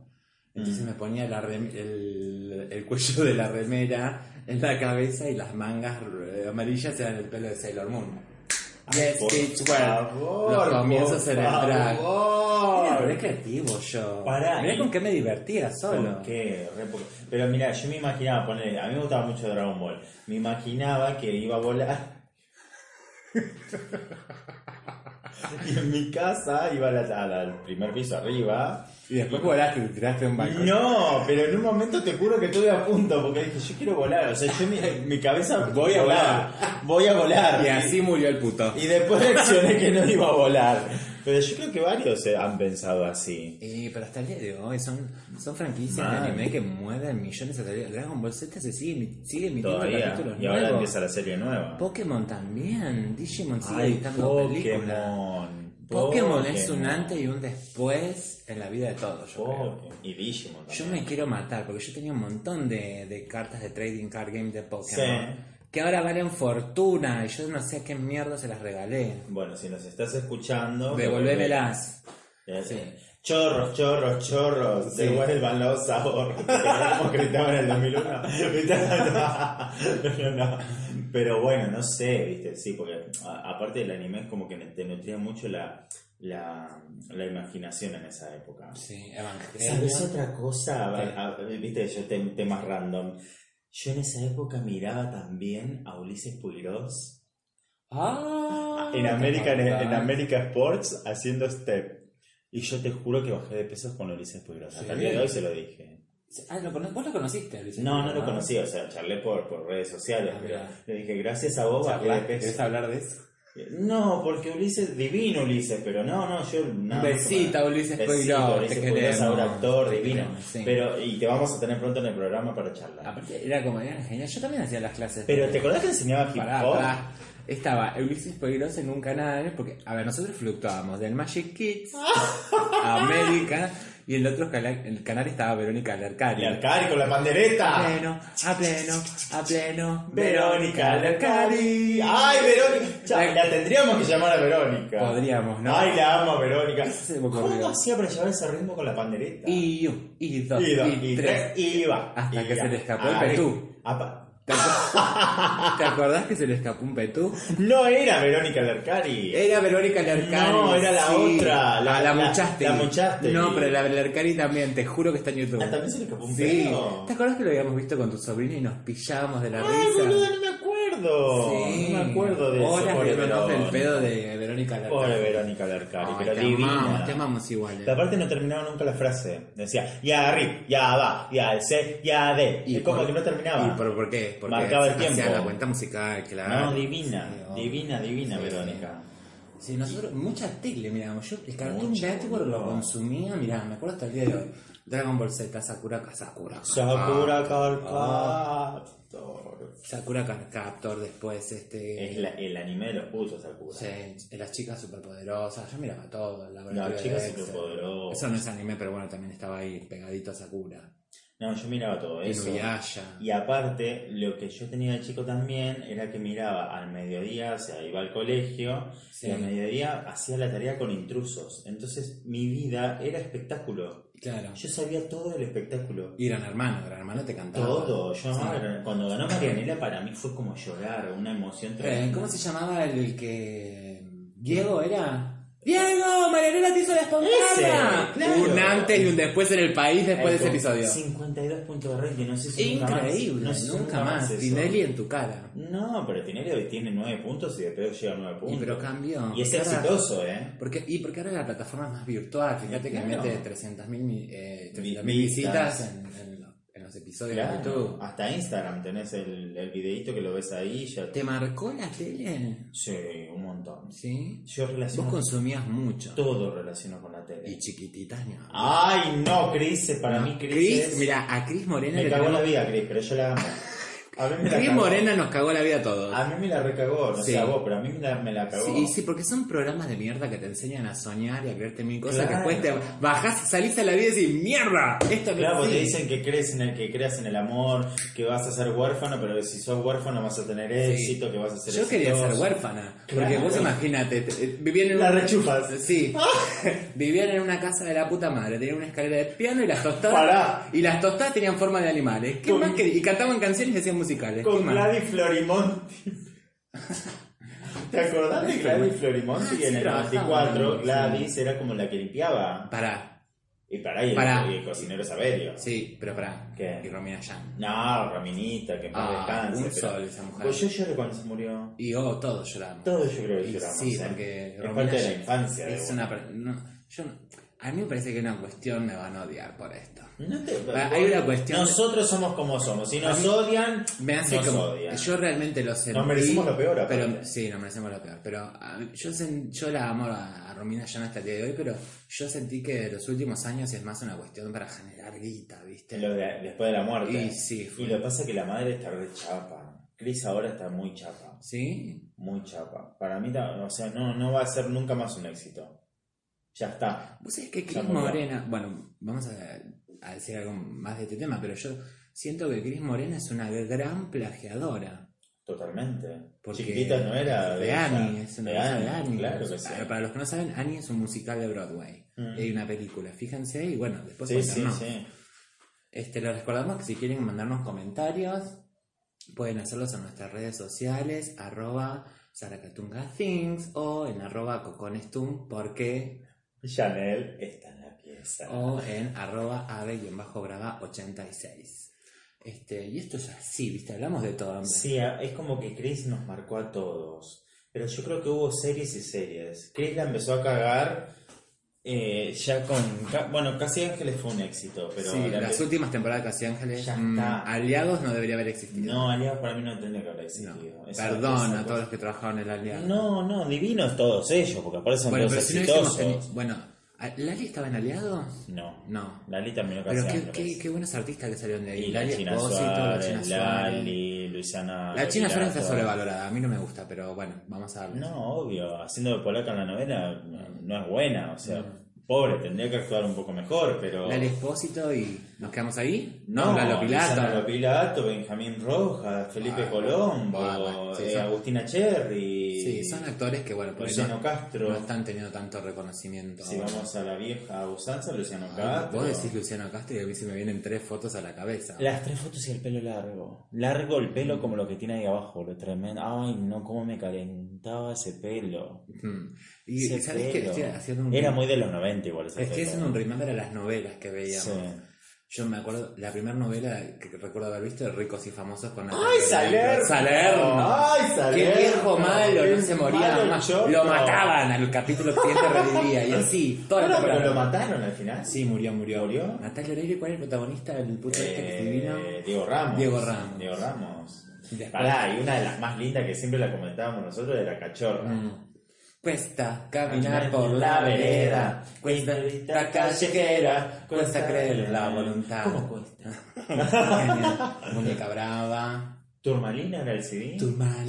entonces Mm. me ponía la rem- el, el cuello de la remera en la cabeza y las mangas eh, amarillas eran el pelo de Sailor Moon. Yes, Por bitch, well. favor, Los comienzos por en el drag. favor. Mira, pero es creativo yo. Pará, Mirá y- con qué me divertía solo. ¿Por qué? Re poco. Pero mira, yo me imaginaba, poner, a mí me gustaba mucho Dragon Ball. Me imaginaba que iba a volar. <laughs> y en mi casa iba a la- a la- al primer piso arriba. Y después volaste y te tiraste un banco. No, pero en un momento te juro que estuve a punto porque dije, yo quiero volar. O sea, yo mi, mi cabeza. Voy a volar. Voy a volar. Y así murió el puto. Y después reaccioné que no iba a volar. Pero yo creo que varios eh, han pensado así. Eh, pero hasta el día de hoy son, son franquicias Mal. de anime que mueven millones a través. Dragon Ball Z se sigue, emi- sigue emitiendo Todavía. capítulos Y ahora nuevos. empieza la serie nueva. Pokémon también. Digimon sigue Ay, editando películas. Pokémon. Pokémon es un antes y un después en la vida de todos, yo creo. Pokémon. Y Digimon Yo también. me quiero matar porque yo tenía un montón de, de cartas de trading card game de Pokémon Sí. que ahora valen fortuna y yo no sé a qué mierda se las regalé. Bueno, si nos estás escuchando. Devolvémelas. Eh, Sí. Chorros, chorros, chorros, Sí. devuelvan los ahorros. Como gritaban en el <laughs> 2001. Pero, no. Pero bueno, no sé, viste, sí, porque a- aparte del anime es como que te nutría mucho la, la, la imaginación en esa época. Sí, Evangelio. ¿Sabes otra cosa? A- a- Viste, yo tem- temas random. Yo en esa época miraba también a Ulises Puigros Ah, en América, en, en América América Sports haciendo step. Y yo te juro que bajé de pesos con Ulises Puigros. Hasta el Sí. día de hoy se lo dije. Ah, ¿lo cono- vos lo conociste, Ah, Luis. No, no lo conocía, o sea, charlé por, por redes sociales, Ah, pero mirá. le dije, gracias a vos bajé de peso. hablar de eso? No, porque Ulises, divino Ulises, pero no, no, yo nada más Besita, Ulises Besito, Pueyró, Ulises te Pueyró es queremos. ahora actor Te divino. queremos, sí. Ah, Pero, y te vamos a tener pronto en el programa para charlar. Aparte, era como, era genial. Yo también hacía las clases. Pero de- ¿te acordás que enseñaba hip Pará, hop? pará. Estaba Ulises Poirós en un canal, porque, a ver, nosotros fluctuábamos del Magic Kids <laughs> a América, y el otro canal, el canal estaba Verónica Alarcari. Y al Cari con la pandereta. A pleno, a pleno, a pleno, Verónica Alarcari. Alarcari. Ay, Verónica. Ya, La- La, tendríamos que llamar a Verónica. Podríamos, ¿no? Ay, la amo a Verónica. Se me ocurrió. ¿Cómo hacía para llevar ese ritmo con la pandereta? Y un, y dos, y, dos, y tres. iba. Hasta que iba. se le escapó el Ay, petú. apa. ¿Te acu- ¿Te acordás que se le escapó un petú? No era Verónica Alarcari. Era Verónica Lercari. No, era la otra, la- La, la, la- muchaste. la Muchaste. No, pero la Lercari también, te juro que está en YouTube. Ah, también se le escapó un Sí. pedo. ¿Te acordás que lo habíamos visto con tu sobrino y nos pillábamos de la Ay, risa? boludo, no me acuerdo. acuerdo. Sí. No me acuerdo de eso. Horas Pobre que me rompe el Verónica. pedo de Verónica Larcari. Pobre Verónica Larcari, Ay, pero te divina. amamos, te amamos igual. eh. Pero aparte no terminaba nunca la frase. Decía, ya arriba, ya va, ya al C, ya de. Y es como por- que no terminaba. ¿Y por, por qué? Porque Marcaba el hacía tiempo. la cuenta musical, claro. No, divina, Sí, oh. divina, divina Sí, Verónica. Sí, nosotros, muchas tele miramos. Yo el Cartoon Mucho, Network lo boludo. consumía, mirá, me acuerdo hasta el día de hoy. Dragon Ball Z, Sakura, Ka- Sakura. Sakura Ah. Carcaptor. Sakura Card Captor, después este. Es la- el anime de los putos, Sakura. sí, las chicas superpoderosas, yo miraba todo, la verdad. No, chicas superpoderosas. Eso no es anime, pero bueno, también estaba ahí pegadito a Sakura. No, yo miraba todo eso. Inuyasha. Y aparte, lo que yo tenía de chico también era que miraba al mediodía, o sea, iba al colegio, Sí. y al mediodía hacía la tarea con intrusos. Entonces, mi vida era espectáculo. Claro. Yo sabía todo del espectáculo. Y Gran Hermano, Gran Hermano te cantaba. Todo. Yo Sí. amaba- Cuando ganó Marianela, para mí fue como llorar, una emoción Eh, tremenda. ¿Cómo se llamaba el que. Diego era? ¡Diego! ¡Marianela te hizo la espontánea! Ese, claro. Un antes y un después en el país después de ese episodio. 52 puntos de rating, no sé si nunca más. Increíble, No sé si nunca, más. eso. Tinelli en tu cara. No, pero Tinelli tiene 9 puntos y de pedo llega a 9 Y puntos. pero cambió. Y es Ahora- exitoso, ¿eh? Porque, y porque ahora la plataforma es más virtual. Fíjate que Claro. mete 300.000 eh, 300.000 Visitas. visitas en, en los- en los episodios de Claro, YouTube. hasta Instagram tenés el, el videito que lo ves ahí ya te... ¿Te marcó la tele? Sí, un montón. Sí. Yo Vos relaciono consumías mucho. todo relaciono con la tele. Y chiquititas, ¿no? Ay, no, Cris, es para No, mí Cris Cris, es- mira, a Cris Morena me le cagó tenemos- la vida Cris, pero yo la amo. A mí me la Cris cagó. Morena nos cagó la vida a todos. A mí me la recagó, no Sí. sé a vos, pero a mí me la, me la cagó. Sí, sí, porque son programas de mierda que te enseñan a soñar y a creerte mil cosas Claro. que después te bajás, salís a la vida y decís, ¡mierda! Esto no Claro, porque te existe". dicen que crees en el que creas en el amor, que vas a ser huérfano, pero que si sos huérfano vas a tener éxito, que vas a ser Yo quería ser exitoso. huérfana, Claro. porque vos imagínate, te- eh, vivían en La una- rechupas. Sí. <laughs> vivían en una casa de la puta madre, tenían una escalera de piano y las tostadas. Pará. Y las tostadas tenían forma de animales. ¿Qué Con- más querí- Y cantaban canciones y hacían musicales. ¿Qué Con más? Gladys <laughs> Florimonti. ¿Te acordás de Gladys Florimonti? Ah, sí, en el trabajaba 94 en- Gladys era como la que limpiaba. Pará, Y para ahí Pará. el, el cocinero Saberio. sí, pero pará. ¿Qué? Y Romina Yan. No, Raminita, que en paz Ah, descanse, un pero- sol esa mujer. Pues yo lloré cuando se murió. Y oh, todos lloramos. Todos yo creo que Y lloramos. sí, ¿eh? porque Es Romina parte de la Yan- infancia. de Es uno. una. per- no, yo no- a mí me parece que es una cuestión me van a odiar por esto. No te- Ah, hay una cuestión- Nosotros somos como somos. Si nos odian, Me hace nos como. odian. Yo realmente lo sentí. merecemos lo peor, aparte. pero Sí, nos merecemos lo peor. Pero a mí- yo, sen- yo la amo a, a Romina Yan hasta el día de hoy, pero yo sentí que los últimos años es más una cuestión para generar guita, ¿viste? Lo de- después de la muerte. Y sí, Y fue- lo que pasa es que la madre está re chapa. Chris ahora está muy chapa. ¿Sí? Muy chapa. Para mí, ta- o sea, no, no va a ser nunca más un éxito. Ya está. Vos sabés que Ya Cris murió. Morena. Bueno, vamos a, a decir algo más de este tema, pero yo siento que Cris Morena es una gran plagiadora. Totalmente. Porque Chiquitita no era. de, esa. Annie, es una De cosa Annie, de Annie. eh, Claro que sí. Para- Para los que no saben, Annie es un musical de Broadway. Mm. Y Hay una película, fíjense, y eh, bueno, después Sí, cuentan, sí, ¿no? sí. Este, les recordamos que si quieren mandarnos comentarios, pueden hacerlos en nuestras redes sociales, arroba saracatungathings o en arroba coconestum, porque Chanel está en la pieza. o en arroba ave-brava86. Este, y esto es así, ¿viste? Hablamos de todo. hombre. Sí, a- es como que Chris nos marcó a todos. Pero yo creo que hubo series y series. Chris la empezó a cagar eh, ya con. ca- Bueno, Casi Ángeles fue un éxito, pero. Sí, la las empe- últimas temporadas de Casi Ángeles, Ya mm, está. aliados no debería haber existido. No, Aliados para mí no tendría que haber No. existido. Esa- Perdón esa a todos los que trabajaron en cosa. aliado. No, no, divinos todos ellos, porque aparecen bueno, pero todos si no exitosos. hubiésemos tenido- Bueno, ¿a- ¿Lali estaba en aliado? No, No. Lali terminó Casi Pero qué, Ángeles. qué, qué buenos artistas que salieron de ahí. Y la China Espósito, Suárez, la China Suárez. Lali, Luciana. La China Suárez está Ropirato. sobrevalorada, a mí no me gusta, pero bueno, vamos a darle. No, obvio, haciendo de polaca en la novela no es buena, o sea, Mm. pobre, tendría que actuar un poco mejor, pero... Lali Espósito y nos quedamos ahí. no, Lalo Pilato. Lalo Pilato, Benjamín Rojas, Felipe Ah, Colombo, ah, sí, eh, son- Agustina Cherry, Sí, son actores que bueno, por ahí Luciano no, Castro. no están teniendo tanto reconocimiento. si vamos a la vieja usanza, Luciano Ay, Castro. Vos decís Luciano Castro y a mí se me vienen tres fotos a la cabeza. Las tres fotos y el pelo largo. Largo el pelo como lo que tiene ahí abajo, lo tremendo. Ay, no, cómo me calentaba ese pelo. Ujú. Mm. Y Ese sabes que pelo. estoy haciendo un Era muy de los 90 igual ese Estoy pelo. haciendo un remember a las novelas que veíamos. Sí. Yo me acuerdo, la primera novela que recuerdo haber visto es Ricos y Famosos con ¡Ay, Salerno! Salerno. ¡Ay, ¡Qué Salerno! viejo malo! No ¡Qué se moría malo más. choto! Lo mataban al capítulo siguiente revivía y así. Toda la Bueno, pero temporada. lo mataron al final. Sí, murió, murió. ¿Murió? Natalia Oreiro, ¿cuál es el protagonista del puto este que se vino? Eh, Diego Ramos. Diego Ramos. Diego Ramos. Después- Pará, y una de las más lindas que siempre la comentábamos nosotros era Cachorra. Mm. Cuesta caminar por la vereda, cuesta esta esta calle, callejera, cuesta creer en la voluntad. ¿Cómo cuesta? Genial. Muñeca <laughs> brava, ¿Turmalina era el CD?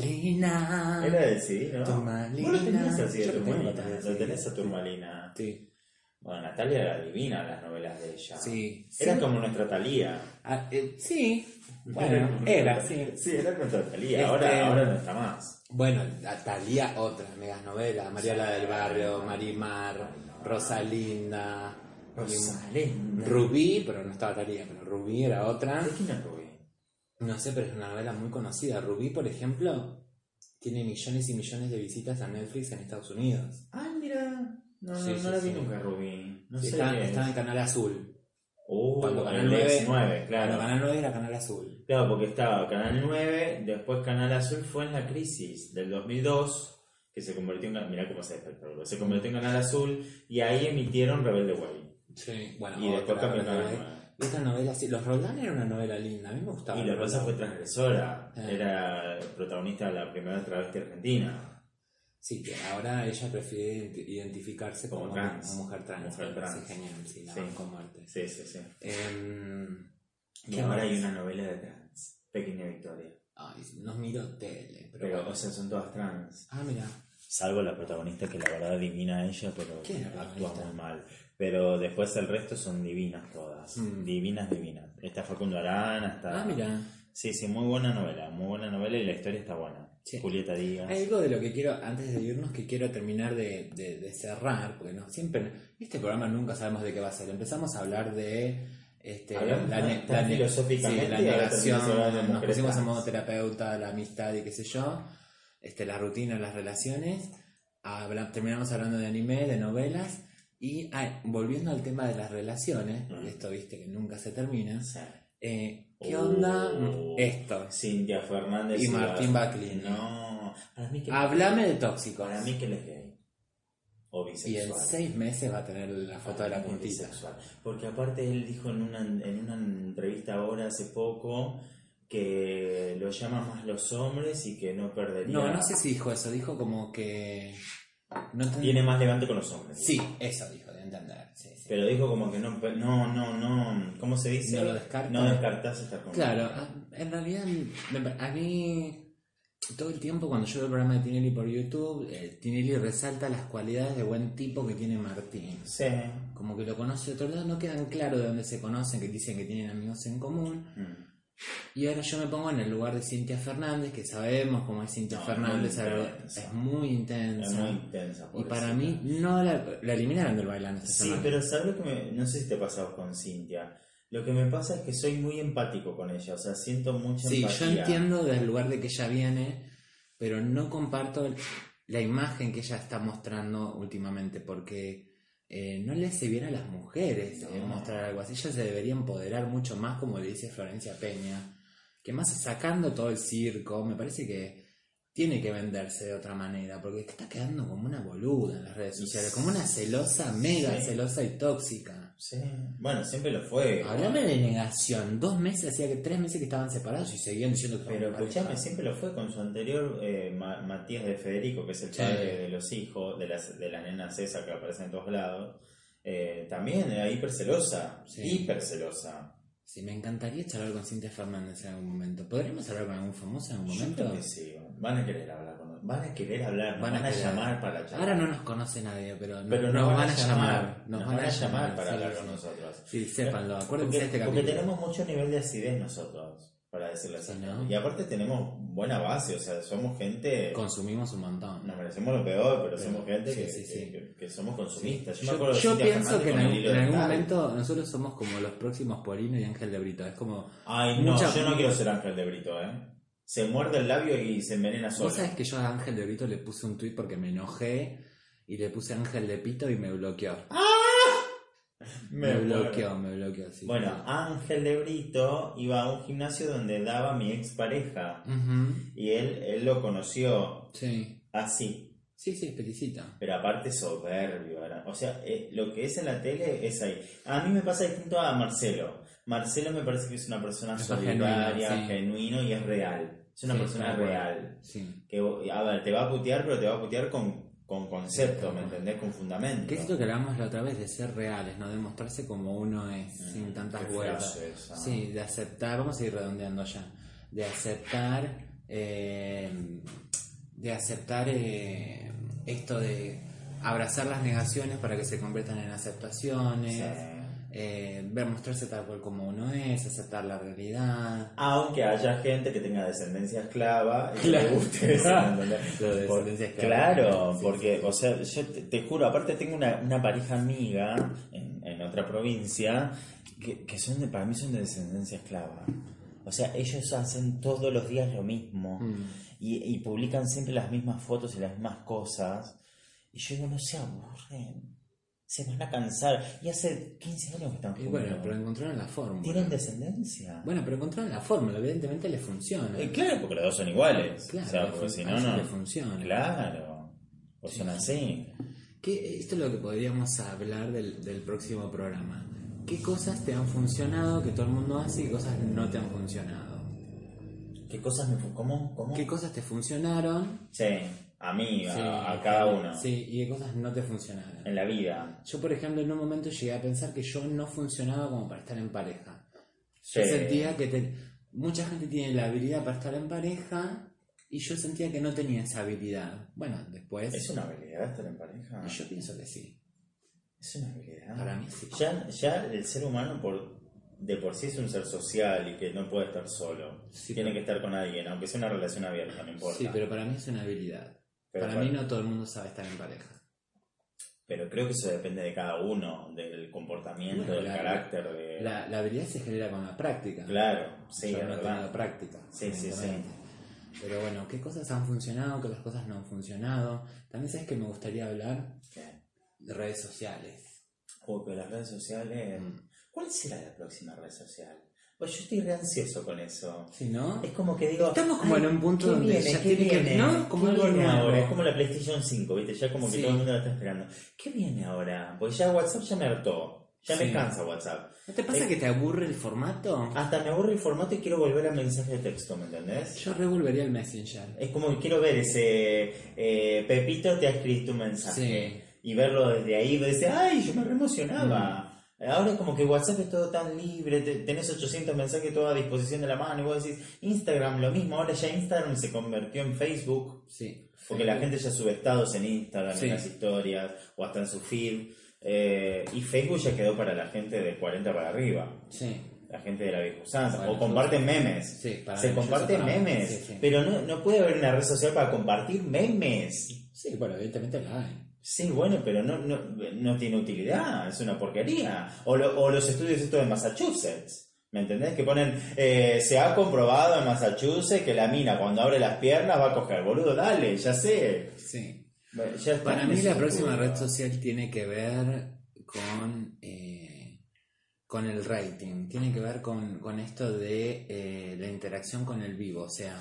turmalina. Era del CD, ¿no? Turmalina. Vos lo tenías así de Yo lo tengo Turmalina, también, lo sí. tenés a Turmalina. Sí, Bueno, Natalia era divina en las novelas de ella. sí. Era Sí. como nuestra Talía. Ah, eh, sí. Bueno, era, sí. Sí, era nuestra Talía. Este- Ahora, ahora no está más. Bueno, la Talía, otras megas novelas. Mariela del Barrio, Marimar, Rosalinda. Rosalén. Ah, Rubí, pero no estaba Talía, pero Rubí era otra. ¿De quién es Rubí? No sé, pero es una novela muy conocida. Rubí, por ejemplo, tiene millones y millones de visitas a Netflix en Estados Unidos. Ah, mira. No, Sí, no, sí, no la vi sí. nunca, Rubí. No Sí, sé. estaba, qué es. estaba en Canal Azul. Uh, cuando el Canal 9, 9, claro. Cuando Canal 9 era Canal Azul. Claro, porque estaba Canal 9, después Canal Azul fue en la crisis del 2002, que se convirtió en... Canal- Mirá cómo se despertó. Se convirtió en Canal Azul y ahí emitieron Rebelde Way. Sí. Bueno, Y después otra, cambió otra Canal vez. 9. Y Esta novela, sí. Los Roldán era una novela linda, a mí me gustaba. Y la Rosa fue transgresora. Ah. Era protagonista de la primera travesti argentina. Sí, que ahora ella prefiere ident- identificarse como, Como trans. una mujer trans. Mujer trans. Sí, genial, sí, la Sí. banco a muerte. Sí, sí, sí. Em, Y ¿Qué ahora más? hay una novela de trans. Pequeña Victoria. ay, no miro tele, pero... Pero, bueno. o sea, son todas trans. Ah, mira. Salvo la protagonista que la verdad divina ella, pero ¿Quién es la actúa protagonista? muy mal. Pero después el resto son divinas todas. Mm. Divinas, divinas. Está Facundo Arana, está... Ah, mira. Sí, sí, muy buena novela, muy buena novela y la historia está buena. Sí. Julieta Díaz. Hay algo de lo que quiero, antes de irnos, que quiero terminar de, de- de cerrar, porque no siempre, este programa nunca sabemos de qué va a ser. Empezamos a hablar de este, Hablamos la, ne- tan la ne- filosóficamente sí, la y ahora terminamos hablando de negación, nos mujeres pusimos en trans. modo terapeuta, la amistad y qué sé yo, este, la rutina, las relaciones, Habla- terminamos hablando de anime, de novelas, y ah, volviendo al tema de las relaciones, Mm. esto viste que nunca se termina, O sea, eh, ¿qué Oh. onda mm, esto? Cintia Fernández Y Martín Ah, la- Baclini. No, para mí que Háblame de tóxicos. para mí que él es gay. O Y bisexual. en seis meses va a tener la foto de la Muy puntita. bisexual. Porque aparte él dijo en una, en una entrevista ahora hace poco que lo llaman más los hombres y que no perdería. No, no sé si dijo eso, dijo como que. No ten- Tiene más levante con los hombres. Sí, eso dijo, de entender. Sí, sí. Pero dijo como que no, pe- no, no, no. ¿Cómo se dice? No lo descarta. No descartás estar con Claro, a- en realidad me pa- a mí todo el tiempo cuando yo veo el programa de Tinelli por YouTube, eh, Tinelli resalta las cualidades de buen tipo que tiene Martín. Sí. Como que lo conoce de otro lado, no quedan claros de dónde se conocen, que dicen que tienen amigos en común. Mm. Y ahora yo me pongo en el lugar de Cintia Fernández, que sabemos cómo es Cintia No, Fernández, muy ahora intensa. es muy Es intensa. muy intensa. y para pobrecita. mí no la, la eliminaron del bailando esta Sí, semana. pero ¿sabes lo que me.? No sé si te pasa a vos con Cintia. Lo que me pasa es que soy muy empático con ella. O sea, siento mucha Sí, yo empatía. entiendo del lugar de que ella viene, pero no comparto el- la imagen que ella está mostrando últimamente, porque eh, no le se bien a las mujeres eh, No. mostrar algo así. Ella se debería empoderar mucho más, como le dice Florencia Peña, que más sacando todo el circo, me parece que tiene que venderse de otra manera, porque está quedando como una boluda en las redes sociales, como una celosa, mega Sí. celosa y tóxica. Sí. Bueno, siempre lo fue. Hablame de negación. Dos meses, hacía que tres meses que estaban separados y seguían diciendo que Pero estaban escuchame, pareja. siempre lo fue con su anterior eh, Ma- Matías de Federico, que es el Sí. padre de los hijos, de las, de la nena César que aparece en todos lados. Eh, también era hipercelosa, Sí. hipercelosa. Sí, me encantaría charlar con Cintia Fernández en algún momento. ¿Podríamos hablar con algún famoso en algún Yo creo momento? que sí, van a querer hablar con Van a querer hablar, nos van, Van a a, querer. llamar para charlar. Ahora no nos conoce nadie, pero, no- Pero nos, van, a llamar. Nos, van, a llamar para sí, hablar sí. con nosotros. Sí, sépanlo. Acuérdense Porque, de este porque capítulo. tenemos mucho nivel de acidez nosotros, para decirlo así. Sí, ¿no? Y aparte tenemos buena base, o sea, somos gente... Consumimos un montón. Nos merecemos lo peor, pero Pero, somos gente sí, que, sí, que- sí. que- que somos consumistas. Yo, me Yo, acuerdo de yo Cintia pienso Fernández que en, con el algún- hilo en dental. algún momento nosotros somos como los próximos Polino y Ángel de Brito. Es como... Ay, no, mucha- yo no quiero ser Ángel de Brito, ¿eh? Se muerde el labio y se envenena solo. Vos sabés que yo a Ángel de Brito le puse un Ah, tweet porque me enojé y le puse Ángel de Pito y me bloqueó. Me, muero. bloqueó, me bloqueó, sí. Bueno, sí. Ángel de Brito iba a un gimnasio donde daba mi expareja Ujú, y él, él lo conoció sí. así, Sí, sí, felicita. pero aparte soberbio. era- O sea, eh, lo que es en la tele es ahí. Ah, A mí me pasa distinto a Marcelo. Marcelo me parece que es una persona Es más solidaria, genuino, sí. genuino y es real. Es una Sí, persona está de acuerdo. real. Sí. Que, a ver, te va a putear, pero te va a putear con, con concepto, ¿me entendés? Con fundamento. ¿Qué es lo que hablamos la otra vez de ser reales, no de mostrarse como uno es, Mm, sin qué tantas frase vueltas? esa. Sí, de aceptar, vamos a ir redondeando ya, de aceptar, eh, de aceptar eh, esto de abrazar las negaciones para que se conviertan en aceptaciones, Sí. eh, ver mostrarse tal cual como uno es, aceptar la realidad. Aunque haya gente que tenga descendencia esclava y que Claro. le guste eso, ¿me entendés? Lo de Por- descendencia esclava. claro, Sí, porque, o sea, yo te, te juro, aparte tengo una, una pareja amiga en, en otra provincia que, que son de, para mí son de descendencia esclava. O sea, ellos hacen todos los días lo mismo Mm. y, y publican siempre las mismas fotos y las mismas cosas. Y yo digo, no se aburren, se van a cansar. Y hace 15 años que están Y juntos. bueno, pero encontraron la fórmula. ¿Tienen descendencia? Bueno, pero encontraron la fórmula, evidentemente les funciona. Eh, claro, porque los dos son iguales. Claro, o sea, les porque fun- si a no, ellos no. les funciona. Claro. O son así. ¿Qué- esto es lo que podríamos hablar del, del próximo programa. ¿Qué cosas te han funcionado que todo el mundo hace y qué cosas no te han funcionado? ¿Qué cosas me fu- ¿Cómo? ¿Cómo? ¿Qué cosas te funcionaron? Sí, a mí, a, Sí, a cada uno. Sí, y qué cosas no te funcionaron. En la vida. Yo, por ejemplo, en un momento llegué a pensar que yo no funcionaba como para estar en pareja. Yo Sí. sentía que te- mucha gente tiene la habilidad para estar en pareja y yo sentía que no tenía esa habilidad. Bueno, después... ¿Es una habilidad estar en pareja? y Yo pienso que sí. Es una habilidad. Para mí sí. Ya, ya el ser humano por, de por sí es un ser social y que no puede estar solo. Sí, Tiene pero- que estar con alguien, aunque sea una relación abierta, no importa. Sí, pero para mí es una habilidad. Pero para para- mí no todo el mundo sabe estar en pareja. Pero creo que eso depende de cada uno, del comportamiento, Bueno, del la- carácter. De... La, la habilidad se genera con la práctica. Claro, sí, Yo es no verdad. tengo práctica. Sí, sí, evidentemente. Pero bueno, ¿qué cosas han funcionado? ¿Qué las cosas no han funcionado? También sabes que me gustaría hablar ¿Qué? de redes sociales. Uy, pero las redes sociales. Mm. ¿Cuál será la próxima red social? Pues yo estoy re ansioso con eso. Si no, Es como que digo. Estamos como ay, en un punto ¿qué donde viene? ya ¿Qué tiene que- viene? ¿no? Como ¿Qué algo viene nuevo. ahora? Es como la PlayStation 5, ¿viste? Ya como que Sí. todo el mundo la está esperando. ¿Qué viene ahora? Pues ya WhatsApp ya me hartó. Ya Sí. me cansa WhatsApp. ¿no te pasa Eh. que te aburre el formato? Hasta me aburre el formato y quiero volver a mensaje de texto, ¿me entendés? Yo revolvería el Messenger. Es como que quiero ver ese. eh, Pepito te ha escrito un mensaje. Sí. y verlo desde ahí, decir, ay, yo me re emocionaba. Mm. Ahora es como que WhatsApp es todo tan libre, te- tenés 800 mensajes todo a disposición de la mano y vos decís, Instagram lo mismo, ahora ya Instagram se convirtió en Facebook, Sí. porque la gente ya sube estados en Instagram, Sí. en las historias o hasta en su feed, eh, y Facebook ya quedó para la gente de 40 para arriba. Sí. La gente de la vieja usanza, Bueno, o comparten memes. Sí, para Se mí, yo comparten separaba. memes, Sí, sí. pero no, no puede haber una red social para compartir memes. Sí, bueno, evidentemente la hay. Sí, bueno, pero no, no, no tiene utilidad, es una porquería. O, lo- o los estudios estos de Massachusetts, ¿me entendés? Que ponen, eh, se ha comprobado en Massachusetts que la mina cuando abre las piernas va a coger, boludo, dale, ya sé. Sí. Bueno, ya está, Para mí eso la es próxima todo. red social tiene que ver con, eh, con el rating, tiene que ver con, con esto de eh, la interacción con el vivo, o sea,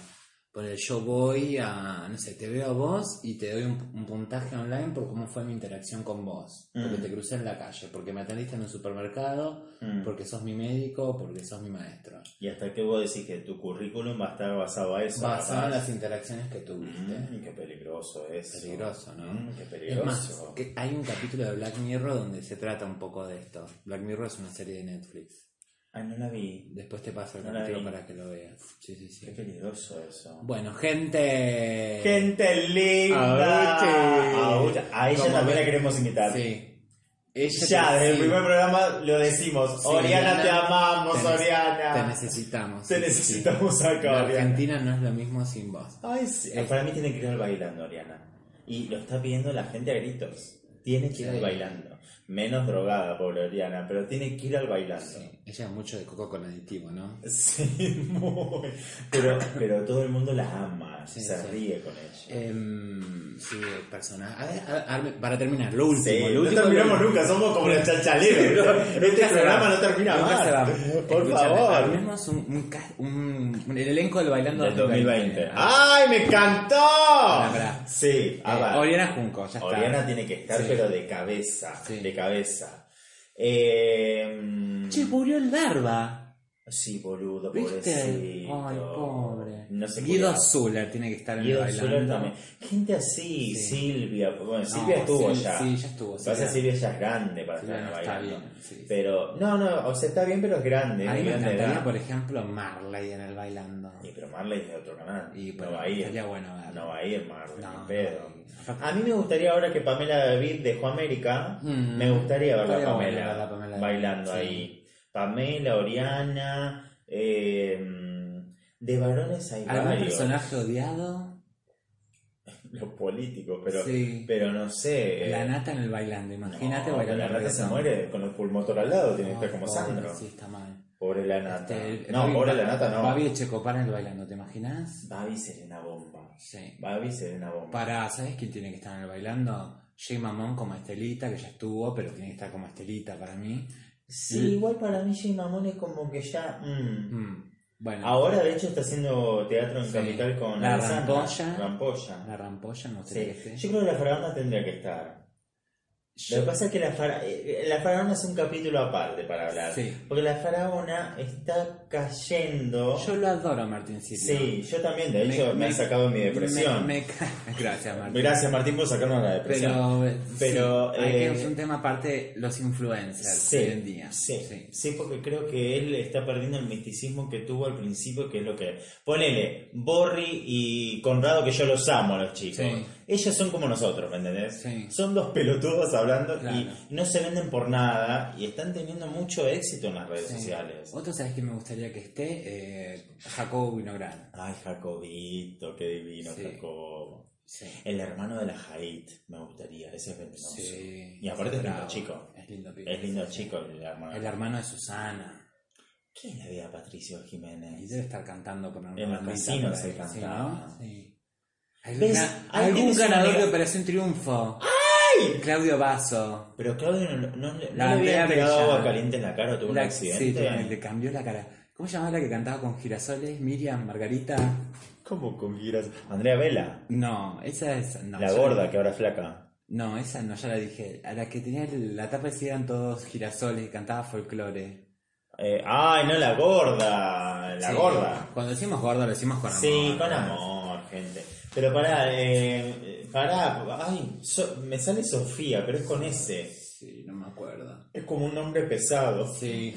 por el yo voy a, no sé, te veo a vos y te doy un, un puntaje online por cómo fue mi interacción con vos, porque Mm. te crucé en la calle, porque me atendiste en un supermercado, Mm. porque sos mi médico, porque sos mi maestro. Y hasta que vos decís que tu currículum va a estar basado a eso. Basado en capaz. las interacciones que tuviste. Mm, qué peligroso eso. Peligroso, ¿no? Mm, qué Es más, peligroso. que hay un capítulo de Black Mirror donde se trata un poco de esto. Black Mirror es una serie de Netflix. Ay, no la vi. Después te paso el No la capítulo vi. para que lo veas. Sí, sí, Qué sí. peligroso eso. Bueno, gente. Gente linda. Auche. Auche. A ella Como también ve- la queremos invitar. Sí. Ella Ya, te- desde el sí. primer programa lo decimos. Sí, Oriana, te Oriana, amamos, te ne- Oriana. Te necesitamos. Te sí, necesitamos sí. acá, La Oriana. Argentina no es lo mismo sin vos. Ay, sí. Eh, Para mí tiene que ir al bailando, Oriana. Y lo está pidiendo la gente a gritos. Tiene que ir Sí. al bailando. Menos drogada, pobre Oriana, pero tiene que ir al bailando. Ella es mucho de coco con aditivo, ¿no? <laughs> Sí, muy. Pero, pero todo el mundo la ama, Sí, se sí. ríe con ella. Em, sí, personaje. A ver, a- a ver, para terminar, lo último. Sí, lo no último terminamos nunca, somos como los <laughs> chachaleros. este Nunca se programa va. no termina Nunca más. se va. Por Escúchame, favor. Armemos un, un ca- un- un- el elenco del Bailando Del 2020. Ah, ¡Ay, me encantó! pará. Sí, a eh, ver. Oriana Junco, ya está. ah, Oriana tiene que estar, Sí. pero de cabeza. Sí. De cabeza. Eh, Che, murió el Darba. sí, boludo, ¿Viste? pobrecito. Ay, pobre. No se Guido cuidaba. Zuller tiene que estar en el Guido Bailando. Zuller también. Gente Sí. así, Silvia. Bueno, No, Silvia estuvo sí, ya. Sí, ya estuvo. Lo que pasa es que Silvia ya es grande para Silvia estar no está bailando. bien. sí, sí. Pero, no, no, o sea, está bien, pero es grande. A mí es me grande de encantaría, edad. por ejemplo, Marley en el bailando. Y pero Marley es de otro canal. Y no pero va a ir. estaría bueno verlo. No va a ir Marley, No, ni no, pedo. no. A mí me gustaría ahora que Pamela David dejó América, Mm. me gustaría verla a Estaría bueno Pamela, verla a Pamela David, bailando sí. ahí. Pamela, Oriana, eh, de varones hay ¿Algún varios. personaje odiado? Los políticos, pero, Sí. pero no sé. La eh, nata en el bailando, imagínate no, bailando. La nata se reggaetón. muere con el pulmotor al lado, tiene que No, estar como pobre, Sandro. Sí, está mal. Pobre la nata. Este, no, Babi- pobre la nata no. Babi Checopar en el bailando, ¿te imaginas? Babi sería una bomba. Sí. Babi sería una bomba. Para, ¿sabes quién tiene que estar en el bailando? Jay Mamón como Estelita, que ya estuvo, pero tiene que estar como Estelita para mí. Sí, igual para mí Jay Mamón es como que ya. mm. Mm, Bueno, Ahora, de hecho, está haciendo teatro en Sí. Capital con La Alessandra. Rampolla. Rampolla. la rampolla no Sí. sé qué Yo creo que la faraona tendría que estar. Lo que pasa es que la, fara- eh, la faraona es un capítulo aparte para hablar. Sí. Porque la faraona está cayendo. Yo lo adoro a Martín Silvio. sí, yo también, de hecho, me, ha sacado de mi depresión. me- me ca- <laughs> Gracias, Martín. Gracias, Martín, por sacarnos la depresión. Pero, eh, Pero, sí, hay que- eh, es un tema aparte los influencers Sí, hoy en día. Sí, sí, porque creo que él está perdiendo el misticismo que tuvo al principio, que es lo que... Ponele, Borri y Conrado, que yo los amo a los chicos. Sí. Ellos son como nosotros, ¿me entendés? Sí. Son dos pelotudos hablando Claro. y no se venden por nada y están teniendo mucho éxito en las redes Sí. sociales. Otro, ¿sabes que me gustaría que esté? Eh, Jacobo Vinograd. Ay, Jacobito, qué divino Sí. Jacobo. Sí. El hermano de la Jait, me gustaría, ese es venenoso. Sí. Y aparte es lindo Bravo. chico. Es lindo pibe. Es lindo chico el hermano. El hermano de Susana. ¿Quién es la vida de Patricio Jiménez? Y debe estar cantando con En los casinos se canta cantaba. ¿Algún, ¿Ves? Ahí algún tienes una ganador nega- de Operación Triunfo? Claudio Basso. Pero Claudio no, no, no le La había Andrea tirado Bella. agua caliente en la cara o tuvo un La- sí, accidente. le le cambió la cara. ¿Cómo se llamaba la que cantaba con girasoles? Miriam, Margarita. ¿Cómo con giras? Andrea Vela, No, esa es. No, la ya- gorda que ahora es flaca. No, esa no, ya la dije. A la que tenía la tapa sí eran todos girasoles y cantaba folclore. Eh, ay, no la gorda, la Sí, gorda. Cuando decimos gorda lo decimos con amor. sí, con ¿verdad? amor, gente. Pero pará, eh, pará, ay, so- me sale Sofía, pero es con ese. Sí, no me acuerdo. Es como un nombre pesado. <laughs> Sí.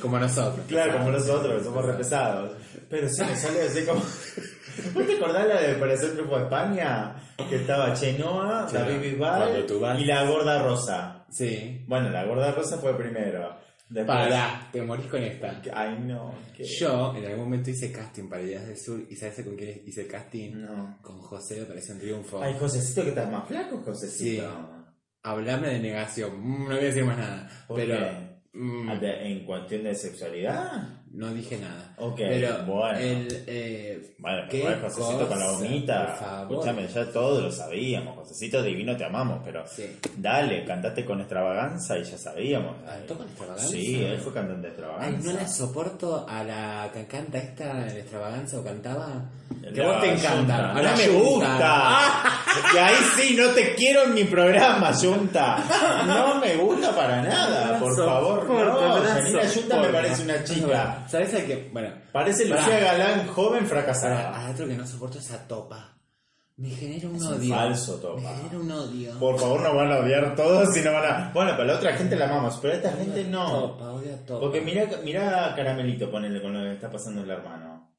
como nosotros. Claro, como nosotros. nosotros, que somos re pesados. Pero sí, me sale así como. <laughs> ¿Vos te acordás la de Operación Triunfo de España? Que estaba Chenoa, Sí, David cuando tú Bisbal vas. y la gorda rosa. Sí. Bueno, la gorda rosa fue primero. Después. Pará, te morís con esta. Ay, no. que- Yo en algún momento hice casting para Ideas del Sur y ¿sabes con quién hice el casting? No. Con José de Operación Triunfo. Mm. Ay, Josecito, que estás más flaco, Josecito. Hablame de negación. Mm, No voy a decir más nada. ¿Por Pero. mm, Ah, de- En cuestión de sexualidad. no dije nada. Ok, Pero bueno. el, eh, Bueno, Qué pero Josecito con la cosa, gomita. por favor. Escúchame, ya todos lo sabíamos. Josecito divino, te amamos, pero. sí. Dale, cantaste con extravaganza y ya sabíamos. ¿Cantó con Extravaganza? Sí, él fue cantante de Ay, extravaganza. no la soporto a la que canta esta en extravaganza o cantaba. La Que vos te encanta. Yunta. a la No me Yunta. <laughs> gusta. Y ahí sí, no te quiero en mi programa, Junta. No me gusta para No nada, la por favor. soporto, No, no la Yanira Junta me soporto. parece una chica. Bueno, ¿Sabes a qué? Bueno, Parece Pará. Lucía Galán, joven para, fracasada. a otro que no soporto es a Topa. Me genera un Ah. un odio. falso Topa. Me genera un odio. Por favor, no van a odiar todos y no van a. Bueno, pero la otra gente la amamos, pero a esta gente no. Topa, odio a Topa. Porque mirá, mirá a Caramelito, ponele con lo que está pasando el hermano.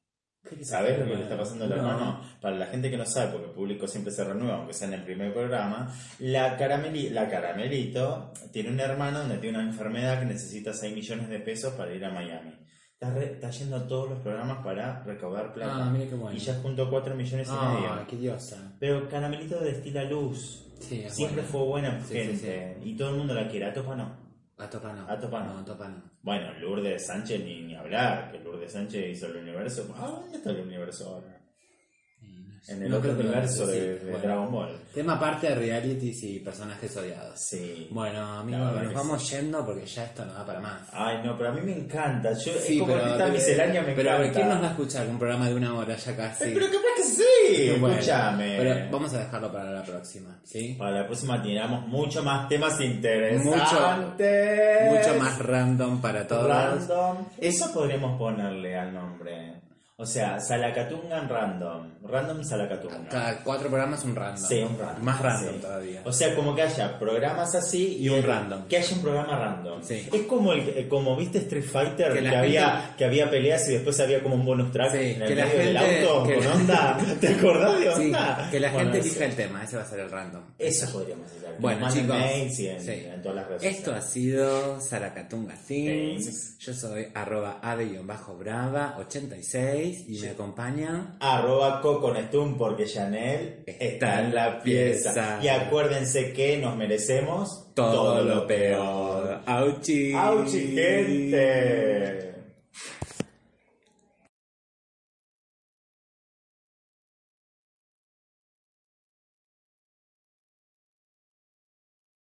¿Qué le ¿Sabes pasa? lo que le está pasando al No. hermano? Para la gente que no sabe, porque el público siempre se renueva, aunque sea en el primer programa, la, carameli, la Caramelito tiene un hermano donde tiene una enfermedad que necesita 6 millones de pesos para ir a Miami. Está, re- está yendo a todos los programas para recaudar plata. Ah, mira qué bueno. Y ya juntó 4 millones y medio. Ah, qué diosa. Pero Caramelito destila luz. Sí, es Siempre buena. fue buena Sí, gente sí, sí. y todo el mundo la quiere. A Topa no. A Topa no. A Topa no. a Topa no. Bueno, Lourdes Sánchez ni, ni hablar, que Lourdes Sánchez hizo el universo. Ah, ¿dónde está el universo ahora? Y no sé. En el No otro creo que lo universo de, necesite, de bueno. Dragon Ball. Tema aparte de realities y personajes odiados. Sí. Bueno, amigos, La verdad nos que vamos yendo porque ya esto no da para más. Ay, no, pero a mí me encanta. Yo, Sí, es como pero- esta miscelánea me Pero a ver, encanta. ¿quién nos va a escuchar un programa de una hora ya casi? Eh, Pero capaz que sí. Bueno, Escúchame. Pero vamos a dejarlo para la próxima, ¿sí? Para la próxima tiramos mucho más temas interesantes. Mucho más random para todos. Pues- Random. Eso podríamos ponerle al nombre. O sea, Salacatungan Random. Random Salacatungan. Cada cuatro programas un random. Sí, un random. Más random Sí. todavía. O sea, como que haya programas así Y un random. Que haya un programa random. Sí. Es como el, eh, como viste Street Fighter, Que que, la había, que había peleas y después había como un bonus track Sí, en el que la medio del gente- auto que con la- onda. ¿Te acordás de Sí, onda? que la Bueno, gente eso. elija el tema, ese va a ser el random. Eso podríamos hacer. Bueno, Más en chicos, mails y en, sí. en todas las redes Esto ha sociales. sido Saracatunga Things. Things. Yo soy arroba ave-brava86 y Sí. me acompaña. Arroba Coconetun porque Chanel está en la pieza. pieza. Y acuérdense que nos merecemos Todo, lo peor. Auchi. ¡Auchi, gente!